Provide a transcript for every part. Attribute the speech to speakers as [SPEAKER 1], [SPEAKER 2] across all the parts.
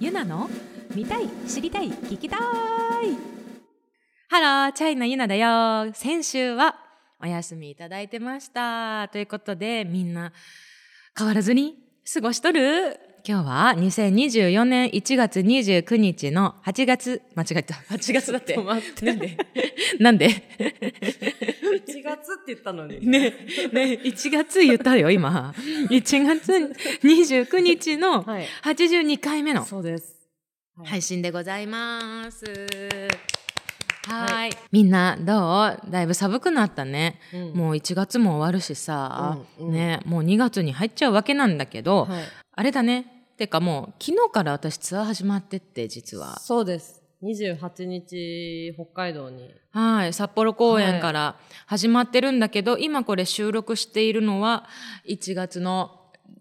[SPEAKER 1] ユナの見たい知りたい聞きたいハローチャイのユナだよ先週はお休みいただいてましたということでみんな変わらずに過ごしとる今日は2024年1月29日の8月間違えた8月だってなん でなんで
[SPEAKER 2] 1月って言ったの に。
[SPEAKER 1] ねね1月言ったよ今1月29日の
[SPEAKER 2] はい。
[SPEAKER 1] 82回目の
[SPEAKER 2] そうです。はい
[SPEAKER 1] 配信でございます。は
[SPEAKER 2] はい
[SPEAKER 1] ーい、みんなどうだいぶ寒くなったね。
[SPEAKER 2] も
[SPEAKER 1] もう1月も終わるしさ、
[SPEAKER 2] うんうん
[SPEAKER 1] ね、もう2月に入っちゃうわけなんだけ
[SPEAKER 2] う
[SPEAKER 1] ど、
[SPEAKER 2] はい、
[SPEAKER 1] あれだね。てかもう昨日から私ツアー始まってって実は。
[SPEAKER 2] そうです。28日、北海道に。
[SPEAKER 1] はい、札幌公演から始まってるんだけど、今これ収録しているのは1月の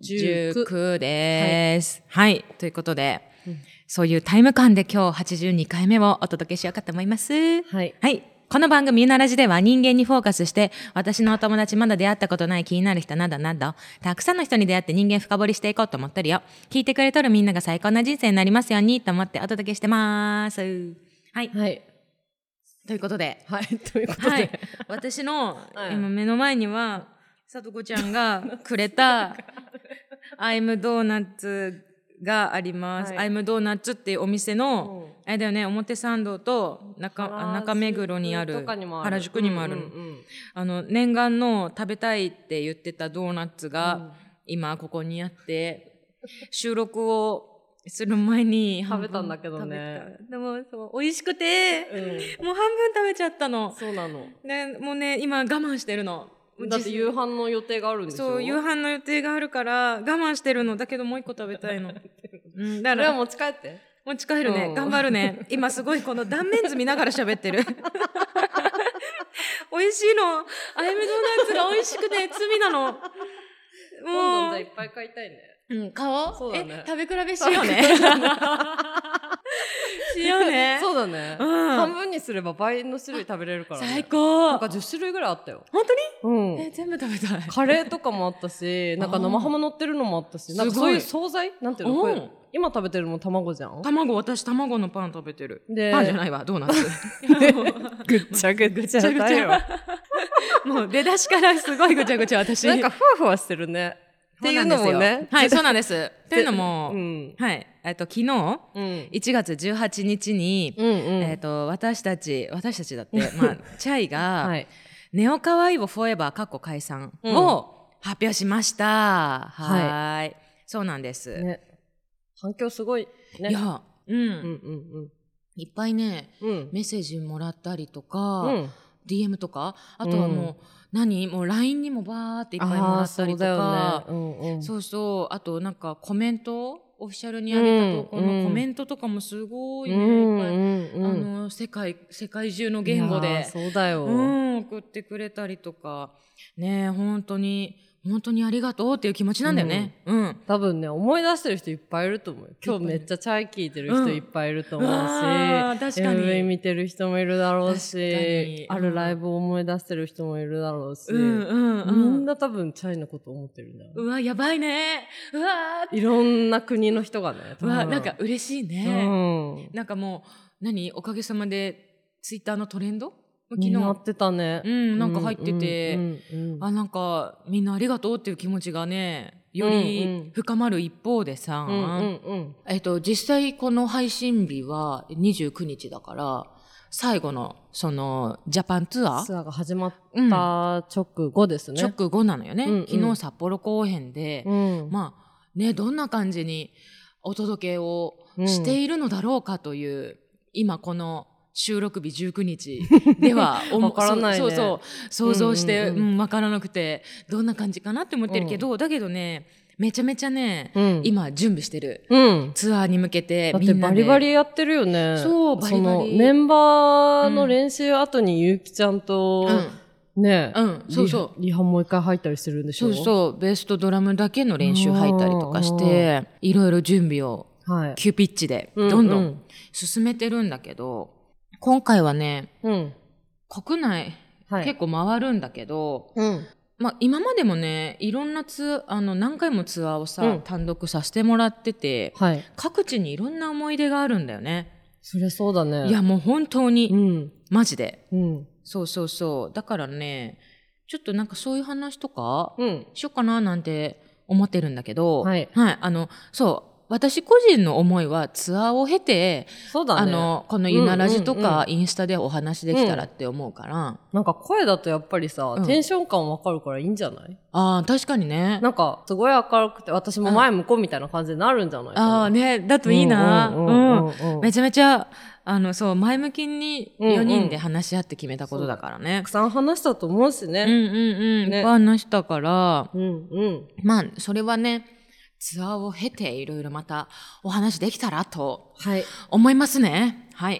[SPEAKER 2] 19
[SPEAKER 1] 19です。はい、ということで、
[SPEAKER 2] うん
[SPEAKER 1] そういうタイム感で今日82回目をお届けしようかと思います。
[SPEAKER 2] はい。
[SPEAKER 1] はい。この番組、ゆなラジでは人間にフォーカスして、私のお友達まだ出会ったことない気になる人などなど、たくさんの人に出会って人間深掘りしていこうと思ってるよ。聞いてくれとるみんなが最高な人生になりますようにと思ってお届けしてます。はい。
[SPEAKER 2] はい。
[SPEAKER 1] ということ で。
[SPEAKER 2] はい。ということで。
[SPEAKER 1] はい。私の、
[SPEAKER 2] はい
[SPEAKER 1] 今目の前には、さとこちゃん がくれた、アイムドーナツがあります。
[SPEAKER 2] はい
[SPEAKER 1] アイムドーナツっていうお店の、あれだよね表参道と中あ中目黒にある原宿にもある、あの念願の食べたいって言ってたドーナツが、今ここにあって収録をする前に
[SPEAKER 2] 食べたんだけどね
[SPEAKER 1] 半分食べたでもそう美味しくて
[SPEAKER 2] うん
[SPEAKER 1] もう半分食べちゃったの、
[SPEAKER 2] そうなの。
[SPEAKER 1] ね、もうね今我慢してるの
[SPEAKER 2] だって夕飯の予定があるんでしょ
[SPEAKER 1] そう夕飯の予定があるから我慢してるのだけどもう一個食べたいの、うん、だか
[SPEAKER 2] それ
[SPEAKER 1] ら
[SPEAKER 2] は持ち帰って。
[SPEAKER 1] 持ち帰るね、
[SPEAKER 2] うん
[SPEAKER 1] 頑張るね今すごいこの断面図見ながら喋って る美味しいのアイムドーナツが美味しくて罪なの
[SPEAKER 2] 今度
[SPEAKER 1] も
[SPEAKER 2] じゃあいうっぱい買いたいね。
[SPEAKER 1] うん、顔
[SPEAKER 2] そうだ
[SPEAKER 1] え
[SPEAKER 2] ね
[SPEAKER 1] 食べ比べしよう ねしようね
[SPEAKER 2] そうだね。
[SPEAKER 1] うん
[SPEAKER 2] 半分にすれば倍の種類食べれるからね。
[SPEAKER 1] 最
[SPEAKER 2] な
[SPEAKER 1] 高
[SPEAKER 2] んか10種類ぐらいあったよ。
[SPEAKER 1] 本
[SPEAKER 2] うん
[SPEAKER 1] 当にえ全部食べたい
[SPEAKER 2] カレーとかもあっ たし、なんか生ハム乗ってるのもあったし、なんか
[SPEAKER 1] すご
[SPEAKER 2] そう
[SPEAKER 1] い
[SPEAKER 2] いう惣菜なんていうのこ
[SPEAKER 1] う
[SPEAKER 2] うんいう今食べてるの卵じゃん
[SPEAKER 1] 卵私卵のパン食べてる
[SPEAKER 2] で
[SPEAKER 1] パンじゃないわドーナツ
[SPEAKER 2] ぐっちゃぐっち
[SPEAKER 1] ゃだよもう出だしからすごいぐちゃぐちゃ私
[SPEAKER 2] なんかふわふわしてるね。っていうのもね。
[SPEAKER 1] はいそうなんですっていうのも、
[SPEAKER 2] うん。
[SPEAKER 1] はいえっと昨日
[SPEAKER 2] うん。
[SPEAKER 1] 1月18日に、
[SPEAKER 2] うんうん。
[SPEAKER 1] えっと私たち私たちだって、まあ、チャイが、
[SPEAKER 2] はい。
[SPEAKER 1] ネオカワイをフォーエバー」過去解散
[SPEAKER 2] うん
[SPEAKER 1] を発表しました、はーいそうなんです、
[SPEAKER 2] ね。反響すごい。ね。
[SPEAKER 1] いやうん、
[SPEAKER 2] うんうん
[SPEAKER 1] いっぱいね
[SPEAKER 2] うん。うん。
[SPEAKER 1] メッセージもらったりとか、
[SPEAKER 2] うん。
[SPEAKER 1] DM とかあとはもう、何もう LINE にもバーっていっぱいもらったりと
[SPEAKER 2] あ
[SPEAKER 1] か
[SPEAKER 2] ーそうだよね。うんうん。
[SPEAKER 1] そうそうあとなんかコメントオフィシャルにあげた投稿のコメントとかもすごいね、いっぱい
[SPEAKER 2] うんうんうん。
[SPEAKER 1] あの世界世界中の言語
[SPEAKER 2] いや
[SPEAKER 1] で
[SPEAKER 2] ーそうだよ。
[SPEAKER 1] うん、送ってくれたりとかねえ本当に本当にありがとうっていう気持ちなんだよね。うん、
[SPEAKER 2] 多分ね、思い出してる人いっぱいいると思うよ。今日めっちゃチャイ聞いてる人いっぱいいると思うし。
[SPEAKER 1] あー確か
[SPEAKER 2] MV
[SPEAKER 1] に。
[SPEAKER 2] 見てる人もいるだろう
[SPEAKER 1] 確か
[SPEAKER 2] し
[SPEAKER 1] に、
[SPEAKER 2] あるライブを思い出してる人もいるだろうし、
[SPEAKER 1] うんうんう
[SPEAKER 2] み
[SPEAKER 1] ん
[SPEAKER 2] ん。な多分チャイのこと思ってるんだよね
[SPEAKER 1] うわやばいね。うわ
[SPEAKER 2] いろんな国の人がね、
[SPEAKER 1] う
[SPEAKER 2] 多分
[SPEAKER 1] わなんか、嬉しいうね。
[SPEAKER 2] ん、
[SPEAKER 1] なんかもう何おかげさまでツイッターのトレンド昨
[SPEAKER 2] 気
[SPEAKER 1] 日
[SPEAKER 2] になってたね
[SPEAKER 1] う。んなんか入ってて、
[SPEAKER 2] うんうんうん
[SPEAKER 1] あなんかみんなありがとうっていう気持ちがねよ
[SPEAKER 2] うんうん
[SPEAKER 1] り深まる一方でさ。
[SPEAKER 2] うんうんうん
[SPEAKER 1] えっと、実際この配信日は29日だから、最後の、その、ジャパンツアー
[SPEAKER 2] ツアーが始まっ
[SPEAKER 1] うん
[SPEAKER 2] た直後ですね。
[SPEAKER 1] 直後なのよね。
[SPEAKER 2] うんうん
[SPEAKER 1] 昨日札幌公演で、
[SPEAKER 2] うん
[SPEAKER 1] まあ、ね、どんな感じにお届けをしているのだろうかという、今この収録日19日で はおも
[SPEAKER 2] わからないね
[SPEAKER 1] そうそうそう想像して、
[SPEAKER 2] う
[SPEAKER 1] うんん
[SPEAKER 2] うんうん
[SPEAKER 1] わからなくて、どんな感じかなって思ってるけど、だけどね、めちゃめちゃね、
[SPEAKER 2] うん、
[SPEAKER 1] 今準備してる。
[SPEAKER 2] うん、
[SPEAKER 1] ツアーに向けて、
[SPEAKER 2] だっ
[SPEAKER 1] み
[SPEAKER 2] て
[SPEAKER 1] んな
[SPEAKER 2] バ
[SPEAKER 1] で
[SPEAKER 2] リバリやってるよね。
[SPEAKER 1] そうバリバリ
[SPEAKER 2] そのメンバーの練習後にゆうきちゃんと、ね、
[SPEAKER 1] うん、うん、そうそう
[SPEAKER 2] リリハもう一回入ったりしてるんでし
[SPEAKER 1] そ
[SPEAKER 2] ょ
[SPEAKER 1] うそうベースとドラムだけの練習入ったりとかしていろいろ準備を
[SPEAKER 2] う。はい。
[SPEAKER 1] 急ピッチでどんど
[SPEAKER 2] うん
[SPEAKER 1] 進めてるんだけど、今回はね
[SPEAKER 2] うん。うん
[SPEAKER 1] 国内
[SPEAKER 2] はい。
[SPEAKER 1] 結構回るんだけど、
[SPEAKER 2] うん。
[SPEAKER 1] まあ、今までもねいろんなツあの何回もツアーをさ、
[SPEAKER 2] うん
[SPEAKER 1] 単独させてもらってて
[SPEAKER 2] はい。
[SPEAKER 1] 各地にいろんな思い出があるんだよね。
[SPEAKER 2] そりゃそうだね。
[SPEAKER 1] いや、もう本当に、
[SPEAKER 2] うん。
[SPEAKER 1] マジで
[SPEAKER 2] うん。
[SPEAKER 1] そうそうそうだからねちょっとなんかそういう話とか
[SPEAKER 2] うん。
[SPEAKER 1] しようかななんて思ってるんだけど、
[SPEAKER 2] はい
[SPEAKER 1] あのそう私個人の思いはツアーを経て、
[SPEAKER 2] そうだ
[SPEAKER 1] あ
[SPEAKER 2] ね。
[SPEAKER 1] のこの「ゆならじ」と
[SPEAKER 2] うんうん
[SPEAKER 1] かインスタでお話できたらって思うから、
[SPEAKER 2] なんか声だとやっぱりさ、
[SPEAKER 1] うん
[SPEAKER 2] テンション感わかるからいいんじゃない
[SPEAKER 1] あー確かにね
[SPEAKER 2] なんか、すごい明るくて、私も前向こうみたいな感じになるんじゃないかな。
[SPEAKER 1] あーねだといいな
[SPEAKER 2] うんうん
[SPEAKER 1] うん
[SPEAKER 2] うんうん
[SPEAKER 1] めちゃめちゃあのそう前向きに
[SPEAKER 2] うんうん
[SPEAKER 1] 4人で話し合って決めたことだからね
[SPEAKER 2] たく。さん話したと思うし
[SPEAKER 1] うんう
[SPEAKER 2] ね。
[SPEAKER 1] んうん、
[SPEAKER 2] ね
[SPEAKER 1] いっぱい話したから、
[SPEAKER 2] うん、うん。
[SPEAKER 1] まあそれはねツアーを経ていろいろまたお話できたらと
[SPEAKER 2] はい。
[SPEAKER 1] 思いますねはい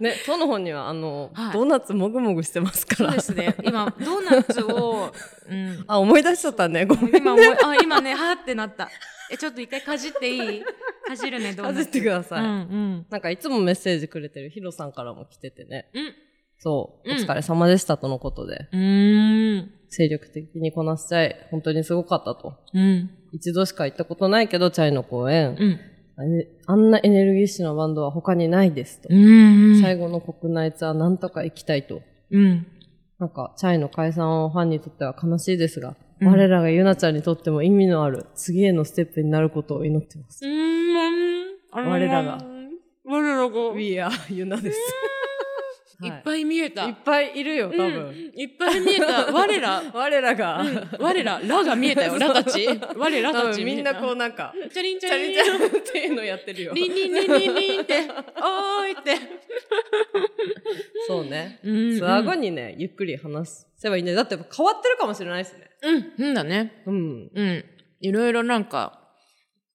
[SPEAKER 2] ね、との本には、あの、
[SPEAKER 1] はい
[SPEAKER 2] ドーナツもぐもぐしてますか
[SPEAKER 1] そう
[SPEAKER 2] ら。
[SPEAKER 1] ですね今ドーナツを、うん、
[SPEAKER 2] あ、思い出しちゃったね。ごめん。
[SPEAKER 1] 今思いあ今ねはーってなったえちょっと一回かじっていいかじるねドーナ
[SPEAKER 2] か
[SPEAKER 1] ツ
[SPEAKER 2] じってください。
[SPEAKER 1] うんうん
[SPEAKER 2] なんかいつもメッセージくれてるヒロさんからも来ててね。
[SPEAKER 1] うん
[SPEAKER 2] そう。
[SPEAKER 1] う
[SPEAKER 2] お
[SPEAKER 1] ん
[SPEAKER 2] 疲れ様でしたとのことで。
[SPEAKER 1] うーん
[SPEAKER 2] 精力的にこなしちゃい。本当にすごかったと。
[SPEAKER 1] うん
[SPEAKER 2] 一度しか行ったことないけど、チャイの公演。
[SPEAKER 1] うん
[SPEAKER 2] あれあんなエネルギッシュなバンドは他にないですと。
[SPEAKER 1] うん
[SPEAKER 2] 最後の国内ツアーなんとか行きたいと。
[SPEAKER 1] うん
[SPEAKER 2] なんか、チャイの解散をファンにとっては悲しいですが、
[SPEAKER 1] うん
[SPEAKER 2] 我らがユナちゃんにとっても意味のある次へのステップになることを祈ってます。
[SPEAKER 1] うーん
[SPEAKER 2] 我らが
[SPEAKER 1] 我らが
[SPEAKER 2] We are ユナです。
[SPEAKER 1] い
[SPEAKER 2] は
[SPEAKER 1] っぱい見えた
[SPEAKER 2] いっぱいいるよ、多
[SPEAKER 1] うん
[SPEAKER 2] 分。
[SPEAKER 1] いっぱい見え た我ら
[SPEAKER 2] 我らが、
[SPEAKER 1] 我ら、らが見えたよ、らたち。我ら
[SPEAKER 2] 多
[SPEAKER 1] たち。
[SPEAKER 2] 分みんなこうなんか、
[SPEAKER 1] う、チャリンチ
[SPEAKER 2] チ
[SPEAKER 1] ャ
[SPEAKER 2] ャ
[SPEAKER 1] リ
[SPEAKER 2] リ
[SPEAKER 1] ン
[SPEAKER 2] チャリっていうのやってるよ。
[SPEAKER 1] リンリンリンリンリンって、おーいって。
[SPEAKER 2] そうね。
[SPEAKER 1] うん
[SPEAKER 2] ツアー後にね、ゆっくり話せばいいね。だって変わってるかもしれないですね。
[SPEAKER 1] うん、うんだね。
[SPEAKER 2] うん。
[SPEAKER 1] うん。いろいろなんか、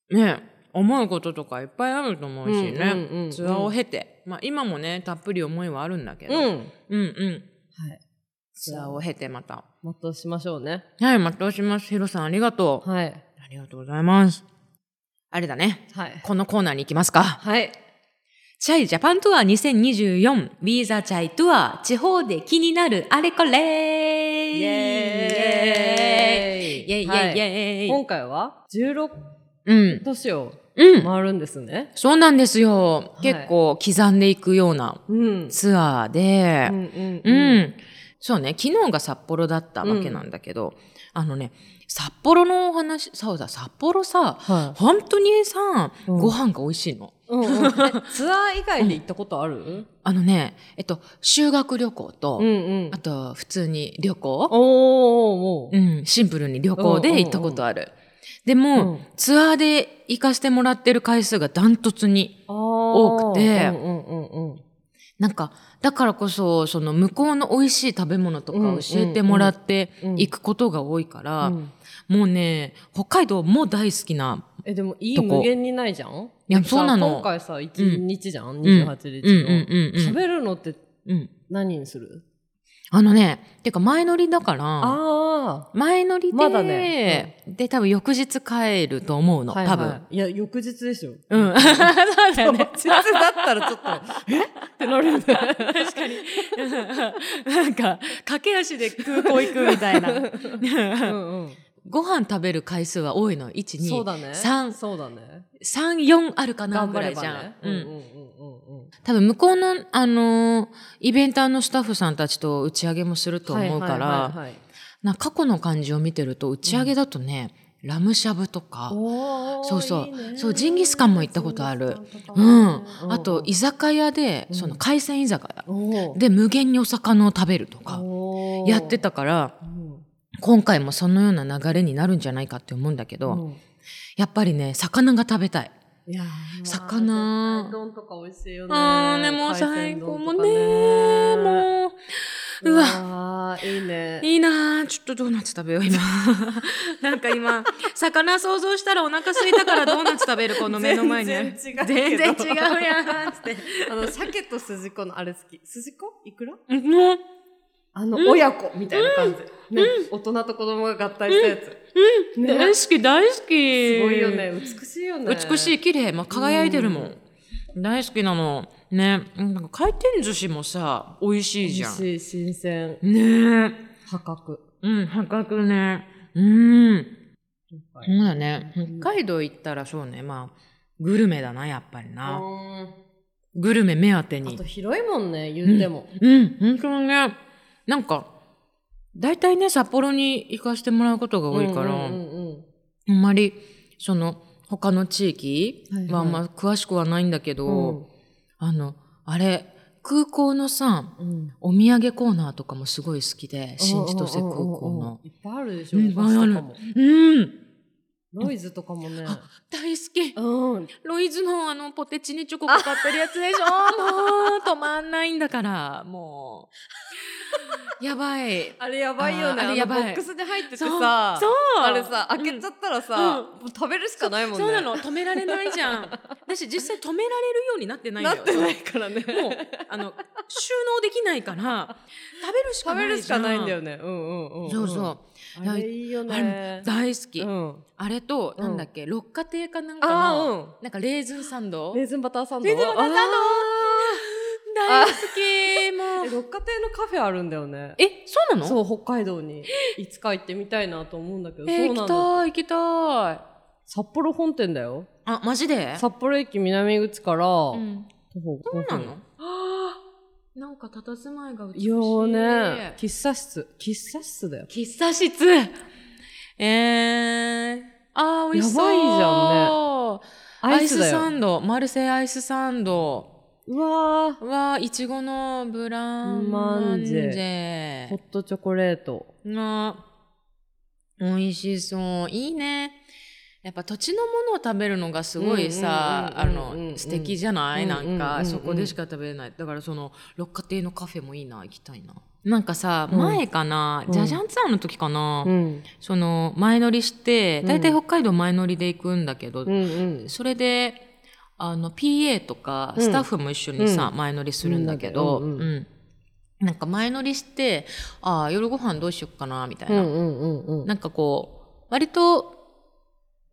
[SPEAKER 1] ね、思うこととかいっぱいあると思うし
[SPEAKER 2] うんうんうんう
[SPEAKER 1] ね
[SPEAKER 2] ん。
[SPEAKER 1] ツアーを経て。まあ今もね、たっぷり思いはあるんだけど。
[SPEAKER 2] う
[SPEAKER 1] うん
[SPEAKER 2] ん。
[SPEAKER 1] うん。
[SPEAKER 2] はい。
[SPEAKER 1] ツアーを経てまた。
[SPEAKER 2] またしましょうね。
[SPEAKER 1] はい、またおします。ヒロさんありがとう。
[SPEAKER 2] はい。
[SPEAKER 1] ありがとうございます。あれだね。
[SPEAKER 2] はい。
[SPEAKER 1] このコーナーに行きますか。
[SPEAKER 2] はい。
[SPEAKER 1] チャイジャパンツアー2024 Be the Chai Tour 地方で気になるあれこれ
[SPEAKER 2] イ
[SPEAKER 1] イエイイエイイエイ
[SPEAKER 2] 今回は16
[SPEAKER 1] うん。
[SPEAKER 2] 都市を
[SPEAKER 1] うん。
[SPEAKER 2] 回るんですね。
[SPEAKER 1] そうなんですよ。
[SPEAKER 2] い
[SPEAKER 1] 結構刻んでいくような
[SPEAKER 2] うん。
[SPEAKER 1] ツアーで
[SPEAKER 2] う、ん
[SPEAKER 1] うん。
[SPEAKER 2] うん。
[SPEAKER 1] そうね、昨日が札幌だったわけなんだけど、あのね、札幌のお話、そうだ、札幌さ、
[SPEAKER 2] は
[SPEAKER 1] 本当にさ、
[SPEAKER 2] うん
[SPEAKER 1] ご飯が美味しいの。
[SPEAKER 2] い。うんうんえツアー以外で行ったことある
[SPEAKER 1] あのね、えっと、修学旅行と、
[SPEAKER 2] うん
[SPEAKER 1] あと、普通に旅行。
[SPEAKER 2] おー、もう
[SPEAKER 1] う。ん、シンプルに旅行で行ったことある。でも、
[SPEAKER 2] うん
[SPEAKER 1] ツアーで行かしてもらってる回数がダントツに。
[SPEAKER 2] 多
[SPEAKER 1] くて
[SPEAKER 2] うんうんうんうん。
[SPEAKER 1] なんか、だからこそ、その向こうの美味しい食べ物とか
[SPEAKER 2] うん
[SPEAKER 1] 教えてもらって
[SPEAKER 2] うんうん
[SPEAKER 1] 行くことが多いから、
[SPEAKER 2] うん
[SPEAKER 1] もうね、北海道も大好きな、
[SPEAKER 2] え、でもいい
[SPEAKER 1] とこ
[SPEAKER 2] 無限にないじゃん
[SPEAKER 1] いや
[SPEAKER 2] でさ
[SPEAKER 1] そうなの
[SPEAKER 2] 今回さ、1
[SPEAKER 1] ん
[SPEAKER 2] 日じゃん、
[SPEAKER 1] うん
[SPEAKER 2] ?28 日
[SPEAKER 1] うん
[SPEAKER 2] の、
[SPEAKER 1] うんうんうん
[SPEAKER 2] 食べるのって
[SPEAKER 1] うん。
[SPEAKER 2] 何にする
[SPEAKER 1] あのね、てか前乗りだから、
[SPEAKER 2] あ
[SPEAKER 1] 前乗りで、
[SPEAKER 2] まだね
[SPEAKER 1] で、多分翌日帰ると思う
[SPEAKER 2] あ、
[SPEAKER 1] の、
[SPEAKER 2] はい
[SPEAKER 1] 多
[SPEAKER 2] は
[SPEAKER 1] 分。
[SPEAKER 2] い。いや、翌日でしょ。
[SPEAKER 1] うん。そうだよ ね。
[SPEAKER 2] 実だったらちょっと、えってなるよね。
[SPEAKER 1] 確かに。 なんか、駆け足で空港行くみたいな。
[SPEAKER 2] うんうん
[SPEAKER 1] ご飯食べる回数は多いの。1、
[SPEAKER 2] そう
[SPEAKER 1] 2、
[SPEAKER 2] だね。
[SPEAKER 1] 三
[SPEAKER 2] そうだね。
[SPEAKER 1] 3、4あるかな
[SPEAKER 2] 頑
[SPEAKER 1] ぐ
[SPEAKER 2] 張
[SPEAKER 1] ら
[SPEAKER 2] れ
[SPEAKER 1] い
[SPEAKER 2] ば
[SPEAKER 1] じ
[SPEAKER 2] ね
[SPEAKER 1] ゃん。
[SPEAKER 2] う
[SPEAKER 1] うん
[SPEAKER 2] うん
[SPEAKER 1] ん
[SPEAKER 2] うんうん
[SPEAKER 1] 多分向こうの、あのーイベンターのスタッフさんたちと打ち上げもすると思うから、
[SPEAKER 2] はいはいはいはい
[SPEAKER 1] なんか過去の感じを見てると、打ち上げだとね、ラムしゃぶとか、
[SPEAKER 2] おー
[SPEAKER 1] そうそう
[SPEAKER 2] いいね
[SPEAKER 1] そうジンギスカンも行ったことある
[SPEAKER 2] ジンギスカンとか
[SPEAKER 1] う
[SPEAKER 2] も
[SPEAKER 1] ん
[SPEAKER 2] ね。
[SPEAKER 1] あと、居酒屋で、その海鮮居酒屋。
[SPEAKER 2] おー
[SPEAKER 1] で、無限にお魚を食べるとか、
[SPEAKER 2] おー
[SPEAKER 1] やってたから、
[SPEAKER 2] うん
[SPEAKER 1] 今回もそのような流れになるんじゃないかって思うんだけど、
[SPEAKER 2] うん
[SPEAKER 1] やっぱりね魚が食べたい。
[SPEAKER 2] いや
[SPEAKER 1] 魚
[SPEAKER 2] 海鮮丼とか美味しいよね
[SPEAKER 1] あーねもう最高もうねもうう
[SPEAKER 2] う
[SPEAKER 1] わ
[SPEAKER 2] わいいね
[SPEAKER 1] いいなあちょっとドーナツ食べよう今 なんか今魚想像したらお腹空いたからドーナツ食べるこの目の前に
[SPEAKER 2] 全然違うけ
[SPEAKER 1] 全
[SPEAKER 2] ど
[SPEAKER 1] 然違うやんっつ って
[SPEAKER 2] あの鮭とすじこのあれ好きすじこいくら
[SPEAKER 1] もう
[SPEAKER 2] あの親子みたいな感じ、ね大人と子供が合体したやつ、ね
[SPEAKER 1] 大好き大好きす
[SPEAKER 2] すごいよね美しいよね
[SPEAKER 1] 美しい綺麗まあ輝いてるも、
[SPEAKER 2] うん
[SPEAKER 1] 大好きなのねなんか回転寿司もさ美味しいじゃん
[SPEAKER 2] 美味しい新鮮
[SPEAKER 1] ねえ
[SPEAKER 2] 破格
[SPEAKER 1] ううん、破格ね。うん。
[SPEAKER 2] は
[SPEAKER 1] そう
[SPEAKER 2] い
[SPEAKER 1] だね。北海道行ったらそうね、まあ、グルメだな、やっぱり
[SPEAKER 2] あ
[SPEAKER 1] な。グルメ目当てに
[SPEAKER 2] と。広いもんね、言っても。
[SPEAKER 1] うん、本当にね。なんか、大体ね、札幌に行かせてもらうことが多いから、
[SPEAKER 2] うんうんうん
[SPEAKER 1] あんまり、その、他の地域
[SPEAKER 2] はいはい
[SPEAKER 1] はあんま詳しくはないんだけど、
[SPEAKER 2] うん
[SPEAKER 1] あの、あれ、空港のさ、
[SPEAKER 2] うん
[SPEAKER 1] お土産コーナーとかもすごい好きで、新千歳空港の。
[SPEAKER 2] いっぱいあるでしょ、
[SPEAKER 1] うんいっぱいある
[SPEAKER 2] バスとかも
[SPEAKER 1] うん、
[SPEAKER 2] ノイズとかもね。
[SPEAKER 1] あ大好き。
[SPEAKER 2] うん。
[SPEAKER 1] ロイズのあのポテチにチョコかかってるやつでしょもう止まんないんだから、も う。やばい。
[SPEAKER 2] あれやばい
[SPEAKER 1] あー
[SPEAKER 2] よね。
[SPEAKER 1] あ
[SPEAKER 2] あ
[SPEAKER 1] れ
[SPEAKER 2] の
[SPEAKER 1] や
[SPEAKER 2] ボ
[SPEAKER 1] ばい
[SPEAKER 2] ックスで入っててさ、
[SPEAKER 1] そう
[SPEAKER 2] あれさ、開けちゃったらさ、
[SPEAKER 1] うん
[SPEAKER 2] もう食べるしかないもんね。
[SPEAKER 1] そうなの、止められないじ ゃん。私実際止められるようになってないん
[SPEAKER 2] な
[SPEAKER 1] だ
[SPEAKER 2] っ
[SPEAKER 1] よ。
[SPEAKER 2] てないからね。
[SPEAKER 1] もう、あの、収納できないから、食べるしか
[SPEAKER 2] 食
[SPEAKER 1] な
[SPEAKER 2] べ
[SPEAKER 1] いじゃん。
[SPEAKER 2] るしかないんだよね。うんうんうんうん。
[SPEAKER 1] そうそう。
[SPEAKER 2] あれいいよね。
[SPEAKER 1] 大好き。
[SPEAKER 2] うん。
[SPEAKER 1] あれと、
[SPEAKER 2] うん
[SPEAKER 1] なんだっけ、六花亭かなんか
[SPEAKER 2] あ
[SPEAKER 1] の、
[SPEAKER 2] ー
[SPEAKER 1] なんかレーズンサンド
[SPEAKER 2] うん。レーズンバターサンド。
[SPEAKER 1] レーズンバターサンド大好きも
[SPEAKER 2] あーえ
[SPEAKER 1] う。
[SPEAKER 2] 六花亭のカフェあるんだよね。
[SPEAKER 1] え、そうなの
[SPEAKER 2] そう、北海道にいつか行ってみたいなと思うんだけど、
[SPEAKER 1] えー、
[SPEAKER 2] そ
[SPEAKER 1] 行
[SPEAKER 2] うな
[SPEAKER 1] き
[SPEAKER 2] んだ。
[SPEAKER 1] たい行きたい
[SPEAKER 2] 札幌本店だよ。
[SPEAKER 1] あマジで
[SPEAKER 2] 札幌駅南口から
[SPEAKER 1] うん、
[SPEAKER 2] 徒歩5
[SPEAKER 1] そうな
[SPEAKER 2] 分。
[SPEAKER 1] のなんか佇まいが美しい
[SPEAKER 2] いやーね。喫茶室。喫茶室だよ。
[SPEAKER 1] 喫茶室えー、あー美味しそう
[SPEAKER 2] やばいじ
[SPEAKER 1] ゃ
[SPEAKER 2] ア
[SPEAKER 1] ア
[SPEAKER 2] イ
[SPEAKER 1] イ
[SPEAKER 2] ス
[SPEAKER 1] ス
[SPEAKER 2] だ
[SPEAKER 1] サ
[SPEAKER 2] よ。
[SPEAKER 1] ンドマルセイアイスサンド
[SPEAKER 2] うわ
[SPEAKER 1] はイチゴのブランマ
[SPEAKER 2] マン
[SPEAKER 1] ン
[SPEAKER 2] ジ
[SPEAKER 1] ジ
[SPEAKER 2] ェー。ホ
[SPEAKER 1] ェ
[SPEAKER 2] ットチョコレート。
[SPEAKER 1] が美味しそういいねやっぱ土地のものを食べるのがすごいさ
[SPEAKER 2] うん
[SPEAKER 1] あ
[SPEAKER 2] うんうんうんうん
[SPEAKER 1] の素敵じゃない
[SPEAKER 2] うんうん
[SPEAKER 1] な
[SPEAKER 2] うんうん
[SPEAKER 1] んかそこでしか食べれないだからその六花亭のカフェもいいな行きたいななんかさ
[SPEAKER 2] うん
[SPEAKER 1] 前かな
[SPEAKER 2] うん
[SPEAKER 1] ジャジャンツアーの時かな
[SPEAKER 2] うん。
[SPEAKER 1] その前乗りして
[SPEAKER 2] うん
[SPEAKER 1] 大体北海道前乗りで行くんだけど
[SPEAKER 2] うんうん。
[SPEAKER 1] それであの PA とか
[SPEAKER 2] うん
[SPEAKER 1] スタッフも一緒にさ、
[SPEAKER 2] う
[SPEAKER 1] 前乗りするんだけど、
[SPEAKER 2] うんうん
[SPEAKER 1] うんなんか前乗りしてああ夜ご飯どうしよっかなみたいうな、
[SPEAKER 2] んうんうんうん。
[SPEAKER 1] なんかこう割と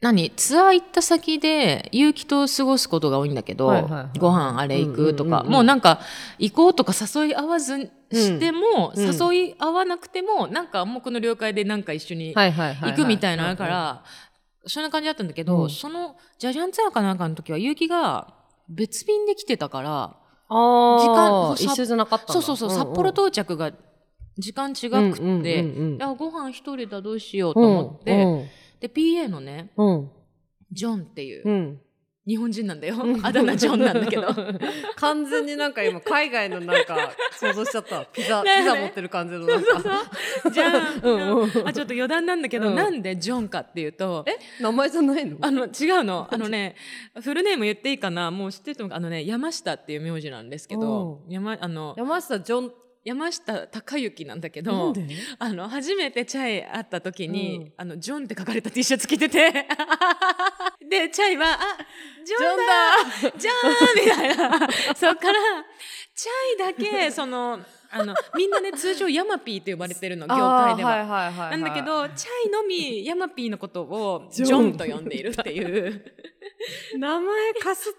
[SPEAKER 1] 何ツアー行った先で有機と過ごすことが多いんだけど、
[SPEAKER 2] はいはいはい
[SPEAKER 1] ご飯あれ行くとか、
[SPEAKER 2] うんうんうんうん
[SPEAKER 1] もうなんか行こうとか誘い合わずしても、
[SPEAKER 2] うんうん
[SPEAKER 1] 誘い合わなくてもなんか僕の了解でなんか一緒に
[SPEAKER 2] はいはいは
[SPEAKER 1] 行くみたいなのあるから、、そんな感じだったんだけど、
[SPEAKER 2] うん
[SPEAKER 1] そのジャジャンツアーかなんかの時は結城が別便で来てたから
[SPEAKER 2] ああ、
[SPEAKER 1] 時間
[SPEAKER 2] 一緒じゃなかったんだ
[SPEAKER 1] そうそうそう、
[SPEAKER 2] んん
[SPEAKER 1] 札幌到着が時間違
[SPEAKER 2] うん
[SPEAKER 1] くって、
[SPEAKER 2] うんうんうん
[SPEAKER 1] いやご飯一人だどうしようと思って、
[SPEAKER 2] うん
[SPEAKER 1] で PA のね
[SPEAKER 2] うん
[SPEAKER 1] ジョンっていう、
[SPEAKER 2] うん
[SPEAKER 1] 日本人なんだよ、
[SPEAKER 2] うん
[SPEAKER 1] あだ名ジョンなんだけど
[SPEAKER 2] 完全になんか今海外のなんか想像しちゃったピザ、
[SPEAKER 1] だよ
[SPEAKER 2] ピ
[SPEAKER 1] ね
[SPEAKER 2] ザ持ってる感じのなんか
[SPEAKER 1] じゃん、
[SPEAKER 2] うんうん
[SPEAKER 1] あちょっと余談なんだけど、
[SPEAKER 2] うん
[SPEAKER 1] なんでジョンかっていうと
[SPEAKER 2] え名前じゃないの
[SPEAKER 1] あの違うのあのねフルネーム言っていいかなもう知ってると思うあのね山下っていう名字なんですけど山あの
[SPEAKER 2] 山下ジョン
[SPEAKER 1] 山下隆之なんだけ
[SPEAKER 2] な
[SPEAKER 1] ど
[SPEAKER 2] んで
[SPEAKER 1] あの初めてチャイ会った時に、
[SPEAKER 2] うん
[SPEAKER 1] あのジョンって書かれた T シャツ着て てでチャイは「あジ
[SPEAKER 2] ジョン
[SPEAKER 1] ョンだ
[SPEAKER 2] だ
[SPEAKER 1] じゃーんみたいな。 そっから、チャイだけ、その、あの、みんなね、通常ヤマピーと呼ばれてるの、業界では。
[SPEAKER 2] あーいはいはいはい
[SPEAKER 1] なんだけど、チャイのみヤマピーのことを
[SPEAKER 2] ジ
[SPEAKER 1] ジ
[SPEAKER 2] ョン
[SPEAKER 1] ョンと呼んでいるっていう。
[SPEAKER 2] 名前かす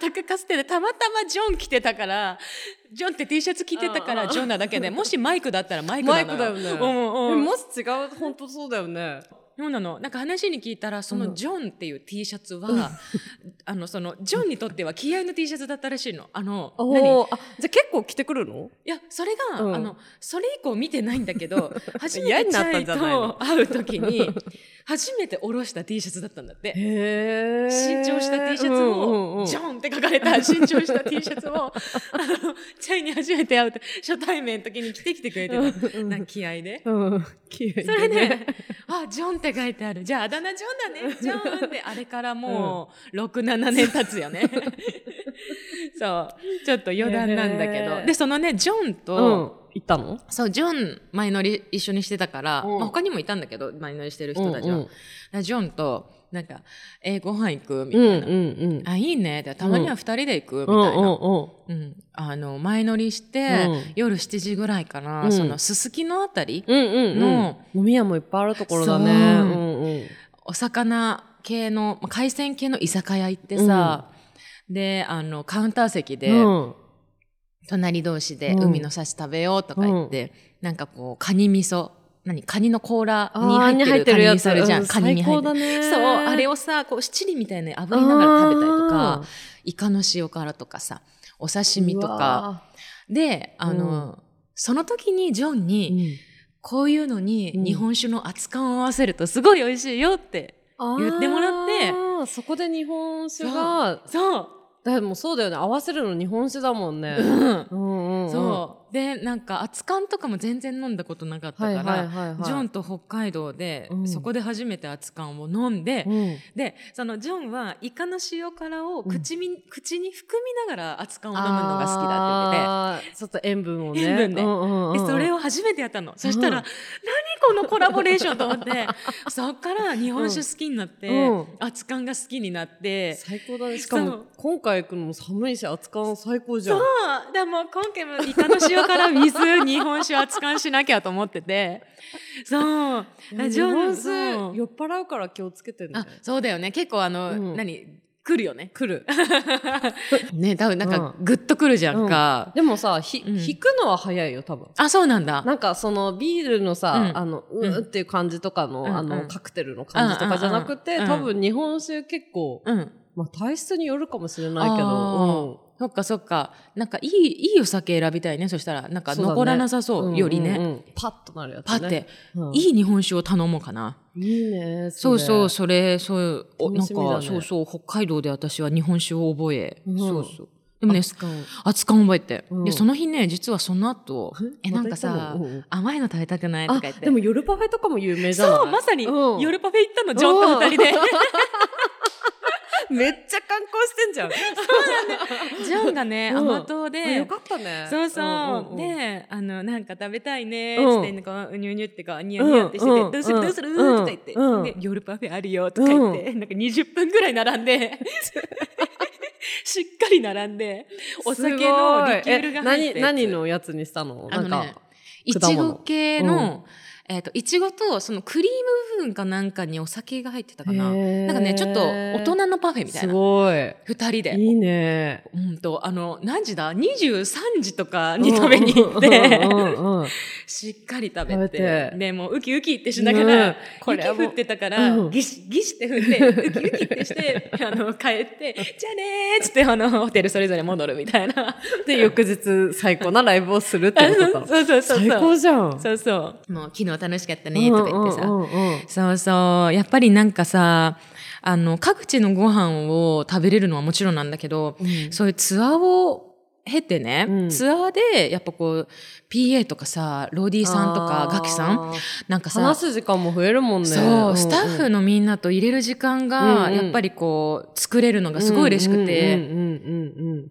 [SPEAKER 1] 全くかつてで、たまたまジョン着てたから、ジョンって T シャツ着てたか
[SPEAKER 2] あ
[SPEAKER 1] ら、
[SPEAKER 2] ー
[SPEAKER 1] ジョンなだけで、もしマイクだ ったらマイク
[SPEAKER 2] マ
[SPEAKER 1] なの
[SPEAKER 2] イクだよね
[SPEAKER 1] うん
[SPEAKER 2] え
[SPEAKER 1] うん。
[SPEAKER 2] もし違う本当そうだよね
[SPEAKER 1] そうなの。なんか話に聞いたら、そうの
[SPEAKER 2] ん
[SPEAKER 1] ジョンっていう T シャツは、 あの、その、ジョンにとっては気合の T シャツだったらしいの。あの、何
[SPEAKER 2] おーあじゃあ結構来てくるの
[SPEAKER 1] いやそれが、
[SPEAKER 2] うん
[SPEAKER 1] あのそれ以降見てないんだけ ど初
[SPEAKER 2] 嫌
[SPEAKER 1] め
[SPEAKER 2] に
[SPEAKER 1] てチ
[SPEAKER 2] なっ
[SPEAKER 1] ャ
[SPEAKER 2] たん
[SPEAKER 1] イ
[SPEAKER 2] じゃないの
[SPEAKER 1] と会う時に初めて下ろした T シャツだったんだって
[SPEAKER 2] へ
[SPEAKER 1] 新調した T シャツを「ジョ
[SPEAKER 2] ン
[SPEAKER 1] ン」って書かれ た新調した T シャツをあのチャイに初めて会うと初対面の時に着てきてくれてたなんか気合で。
[SPEAKER 2] うん綺麗
[SPEAKER 1] それで、あ、ジョンって書いてある。じゃあ、あだ名ジョンだね。ジョンって、あれからもう、6、7年経つよ ね。そう。ちょっと余談なんだけ
[SPEAKER 2] へ
[SPEAKER 1] ど。
[SPEAKER 2] ー
[SPEAKER 1] で、そのね、ジョン
[SPEAKER 2] う
[SPEAKER 1] と、
[SPEAKER 2] ん行ったの
[SPEAKER 1] そう、ジョン前乗り一緒にしてたから、
[SPEAKER 2] うん
[SPEAKER 1] まあ、他にもいたんだけど、前乗りしてる人たちは。
[SPEAKER 2] うんうん
[SPEAKER 1] だからジョンと、なんか、えーご飯行くみ
[SPEAKER 2] う
[SPEAKER 1] た
[SPEAKER 2] ん
[SPEAKER 1] い
[SPEAKER 2] うん
[SPEAKER 1] な。
[SPEAKER 2] う
[SPEAKER 1] あ、
[SPEAKER 2] ん
[SPEAKER 1] いいね。でたまには二人で行くみたいな。うんあの、前乗りして、
[SPEAKER 2] うん
[SPEAKER 1] 夜7時ぐらいかな、
[SPEAKER 2] うん
[SPEAKER 1] その、すすきのあたり、
[SPEAKER 2] うんうんうん
[SPEAKER 1] の
[SPEAKER 2] 飲み屋もいっぱいあるところだね。
[SPEAKER 1] そう
[SPEAKER 2] うんうん
[SPEAKER 1] お魚系の、まあ海鮮系の居酒屋行ってさ、で、あの、カウンター席で、
[SPEAKER 2] うん
[SPEAKER 1] 隣同士で
[SPEAKER 2] うん
[SPEAKER 1] 海の幸食べようとか言って、なんかこうカニ味噌何カニの甲羅に
[SPEAKER 2] あー
[SPEAKER 1] 入ってるカニ味噌あるじゃん、
[SPEAKER 2] うん
[SPEAKER 1] カニに入
[SPEAKER 2] 最高
[SPEAKER 1] ってる
[SPEAKER 2] だね
[SPEAKER 1] そうあれをさこう七輪みたいなの炙りながら食べたりと
[SPEAKER 2] あ
[SPEAKER 1] か
[SPEAKER 2] ー
[SPEAKER 1] イカの塩辛とかさお刺身とかであの、その時にジョン
[SPEAKER 2] うわー、
[SPEAKER 1] に、こういうのに
[SPEAKER 2] うん
[SPEAKER 1] 日本酒の熱燗を合わせるとすごい美味しいよって、
[SPEAKER 2] あー
[SPEAKER 1] 言ってもらって
[SPEAKER 2] そこで日本酒が
[SPEAKER 1] そう
[SPEAKER 2] でもうそうだよね合わせるの日本酒だもんね、
[SPEAKER 1] うん
[SPEAKER 2] うんうんうん、
[SPEAKER 1] そうでなんか熱燗とかも全然飲んだことなかったから、
[SPEAKER 2] はいはいはいはい
[SPEAKER 1] ジョンと北海道で、
[SPEAKER 2] うん
[SPEAKER 1] そこで初めて熱燗を飲んで、
[SPEAKER 2] うん
[SPEAKER 1] でそのジョンはイカの塩辛を口に,、口に含みながら熱燗を飲むのが好きだって言ってて。
[SPEAKER 2] ってちょっと塩分をね
[SPEAKER 1] 塩分ね
[SPEAKER 2] うんうんう
[SPEAKER 1] で
[SPEAKER 2] ん
[SPEAKER 1] それを初めてやったの、そしたら
[SPEAKER 2] うん
[SPEAKER 1] 何このコラボレーションと思って そっから日本酒好きになって、
[SPEAKER 2] うん
[SPEAKER 1] 熱燗が好きになって
[SPEAKER 2] 最高だねしか
[SPEAKER 1] そ
[SPEAKER 2] も
[SPEAKER 1] う
[SPEAKER 2] 今回行くのも寒いし熱燗最高じゃん
[SPEAKER 1] そうでも今回もイカの塩辛水日本酒扱いしなきゃと思っててそう
[SPEAKER 2] いや
[SPEAKER 1] ジ
[SPEAKER 2] 日
[SPEAKER 1] ョン
[SPEAKER 2] 本
[SPEAKER 1] ズ
[SPEAKER 2] 酒酔っ払うから気をつけてね
[SPEAKER 1] あそうだよね結構あの、
[SPEAKER 2] うん
[SPEAKER 1] 何来るよね来る ね多分なんか
[SPEAKER 2] う
[SPEAKER 1] グッと来るじゃんか、
[SPEAKER 2] でもさひ、
[SPEAKER 1] うん
[SPEAKER 2] 引くのは早いよ多分
[SPEAKER 1] あそうなんだ
[SPEAKER 2] なんかそのビールのさ、
[SPEAKER 1] うん
[SPEAKER 2] あの
[SPEAKER 1] ん
[SPEAKER 2] うーっていう感じとかの、
[SPEAKER 1] うん
[SPEAKER 2] あ
[SPEAKER 1] うん
[SPEAKER 2] のカクテルの感じとかじゃなくて、
[SPEAKER 1] うんうんうん
[SPEAKER 2] 多分日本酒結構、
[SPEAKER 1] うん
[SPEAKER 2] まあ、体質によるかもしれないけど、
[SPEAKER 1] あーそっかそっかなんかいいいいお酒選びたいねそしたらなんか
[SPEAKER 2] そうだね
[SPEAKER 1] 残らなさそう
[SPEAKER 2] うん
[SPEAKER 1] よりね、
[SPEAKER 2] うんうんパッとなるやつ、ね、
[SPEAKER 1] パって、
[SPEAKER 2] うん、い
[SPEAKER 1] いい日本酒を頼もうかない
[SPEAKER 2] ね
[SPEAKER 1] そうそう、
[SPEAKER 2] そ
[SPEAKER 1] それ、そう、おなん
[SPEAKER 2] 楽しみだね
[SPEAKER 1] か、そうそう、北海道で私は日本酒を覚え。
[SPEAKER 2] うん
[SPEAKER 1] そうそう。で
[SPEAKER 2] れ
[SPEAKER 1] もね、
[SPEAKER 2] 熱燗
[SPEAKER 1] 熱燗覚えて。
[SPEAKER 2] うん
[SPEAKER 1] で、その日ね、実はその後、え、な
[SPEAKER 2] ま
[SPEAKER 1] んか
[SPEAKER 2] た行ったの
[SPEAKER 1] さ
[SPEAKER 2] うんうん、
[SPEAKER 1] 甘いの食べたくないと
[SPEAKER 2] あ
[SPEAKER 1] か言って。
[SPEAKER 2] でも夜パフェとかも有名じゃない
[SPEAKER 1] そう、まさに、
[SPEAKER 2] うん
[SPEAKER 1] 夜パフェ行ったの、ジョンと二人で。
[SPEAKER 2] めっちゃ観光してん じゃ ん
[SPEAKER 1] ジョンがね、
[SPEAKER 2] うん
[SPEAKER 1] 甘党
[SPEAKER 2] あよ
[SPEAKER 1] で、
[SPEAKER 2] かったね
[SPEAKER 1] そうそう。
[SPEAKER 2] んんん
[SPEAKER 1] で、あの、なんか食べたいね、
[SPEAKER 2] うん
[SPEAKER 1] って、なんか、うにゅうにゅってか、ニヤニヤってしてて、
[SPEAKER 2] うんうん
[SPEAKER 1] どうするどうする、
[SPEAKER 2] うん
[SPEAKER 1] とか言って、
[SPEAKER 2] うん
[SPEAKER 1] で、夜パフェあるよ、とか言って、なんか20分ぐらい並んで、しっかり並んで、お酒のリキュールが入って
[SPEAKER 2] すごいえ何何のやつにしたの
[SPEAKER 1] あの
[SPEAKER 2] なん
[SPEAKER 1] ね
[SPEAKER 2] か、
[SPEAKER 1] い
[SPEAKER 2] 果
[SPEAKER 1] ち
[SPEAKER 2] 物
[SPEAKER 1] ご系の、えっ、と、いちごと、そのクリーム部分かなんかにお酒が入ってたかな。
[SPEAKER 2] な
[SPEAKER 1] なんかね、ちょっと大人のパフェみたい
[SPEAKER 2] す
[SPEAKER 1] な。
[SPEAKER 2] ごい
[SPEAKER 1] 二人で。
[SPEAKER 2] いいね
[SPEAKER 1] うんと、あの、何時だ ?23 時とかに食べに行っ
[SPEAKER 2] うんう
[SPEAKER 1] て、
[SPEAKER 2] んうんうん
[SPEAKER 1] しっかり食べて、
[SPEAKER 2] 食べて
[SPEAKER 1] で、もうウキウキってしながら、
[SPEAKER 2] ねこれは
[SPEAKER 1] 雪
[SPEAKER 2] もう
[SPEAKER 1] 降ってたから、
[SPEAKER 2] うん
[SPEAKER 1] ギシギシって降って、ウキウキって して、あの、帰って、じゃあねーっつって、あの、ホテルそれぞれ戻るみたいな。
[SPEAKER 2] で翌日最高なライブをするって
[SPEAKER 1] あ
[SPEAKER 2] こと だ
[SPEAKER 1] そうそうそう
[SPEAKER 2] 最
[SPEAKER 1] そ
[SPEAKER 2] 高
[SPEAKER 1] う。
[SPEAKER 2] じゃん
[SPEAKER 1] そうそう。もう昨日楽しかったね、とか言ってさ。
[SPEAKER 2] うんうんうんうん
[SPEAKER 1] そうそう。やっぱりなんかさ、あの、各地のご飯を食べれるのはもちろんなんだけど、
[SPEAKER 2] うん
[SPEAKER 1] そういうツアーを経てね、
[SPEAKER 2] うん
[SPEAKER 1] ツアーで、やっぱこう、PA とかさ、ロディさんとか
[SPEAKER 2] あ、ー
[SPEAKER 1] ガキさんなんかさ
[SPEAKER 2] 話、す時間も増えるもんね
[SPEAKER 1] そう、スタッフ
[SPEAKER 2] の
[SPEAKER 1] のみんなと入れる時間が、
[SPEAKER 2] うんうん
[SPEAKER 1] やっぱりこう、作れるのがすごい嬉しくて、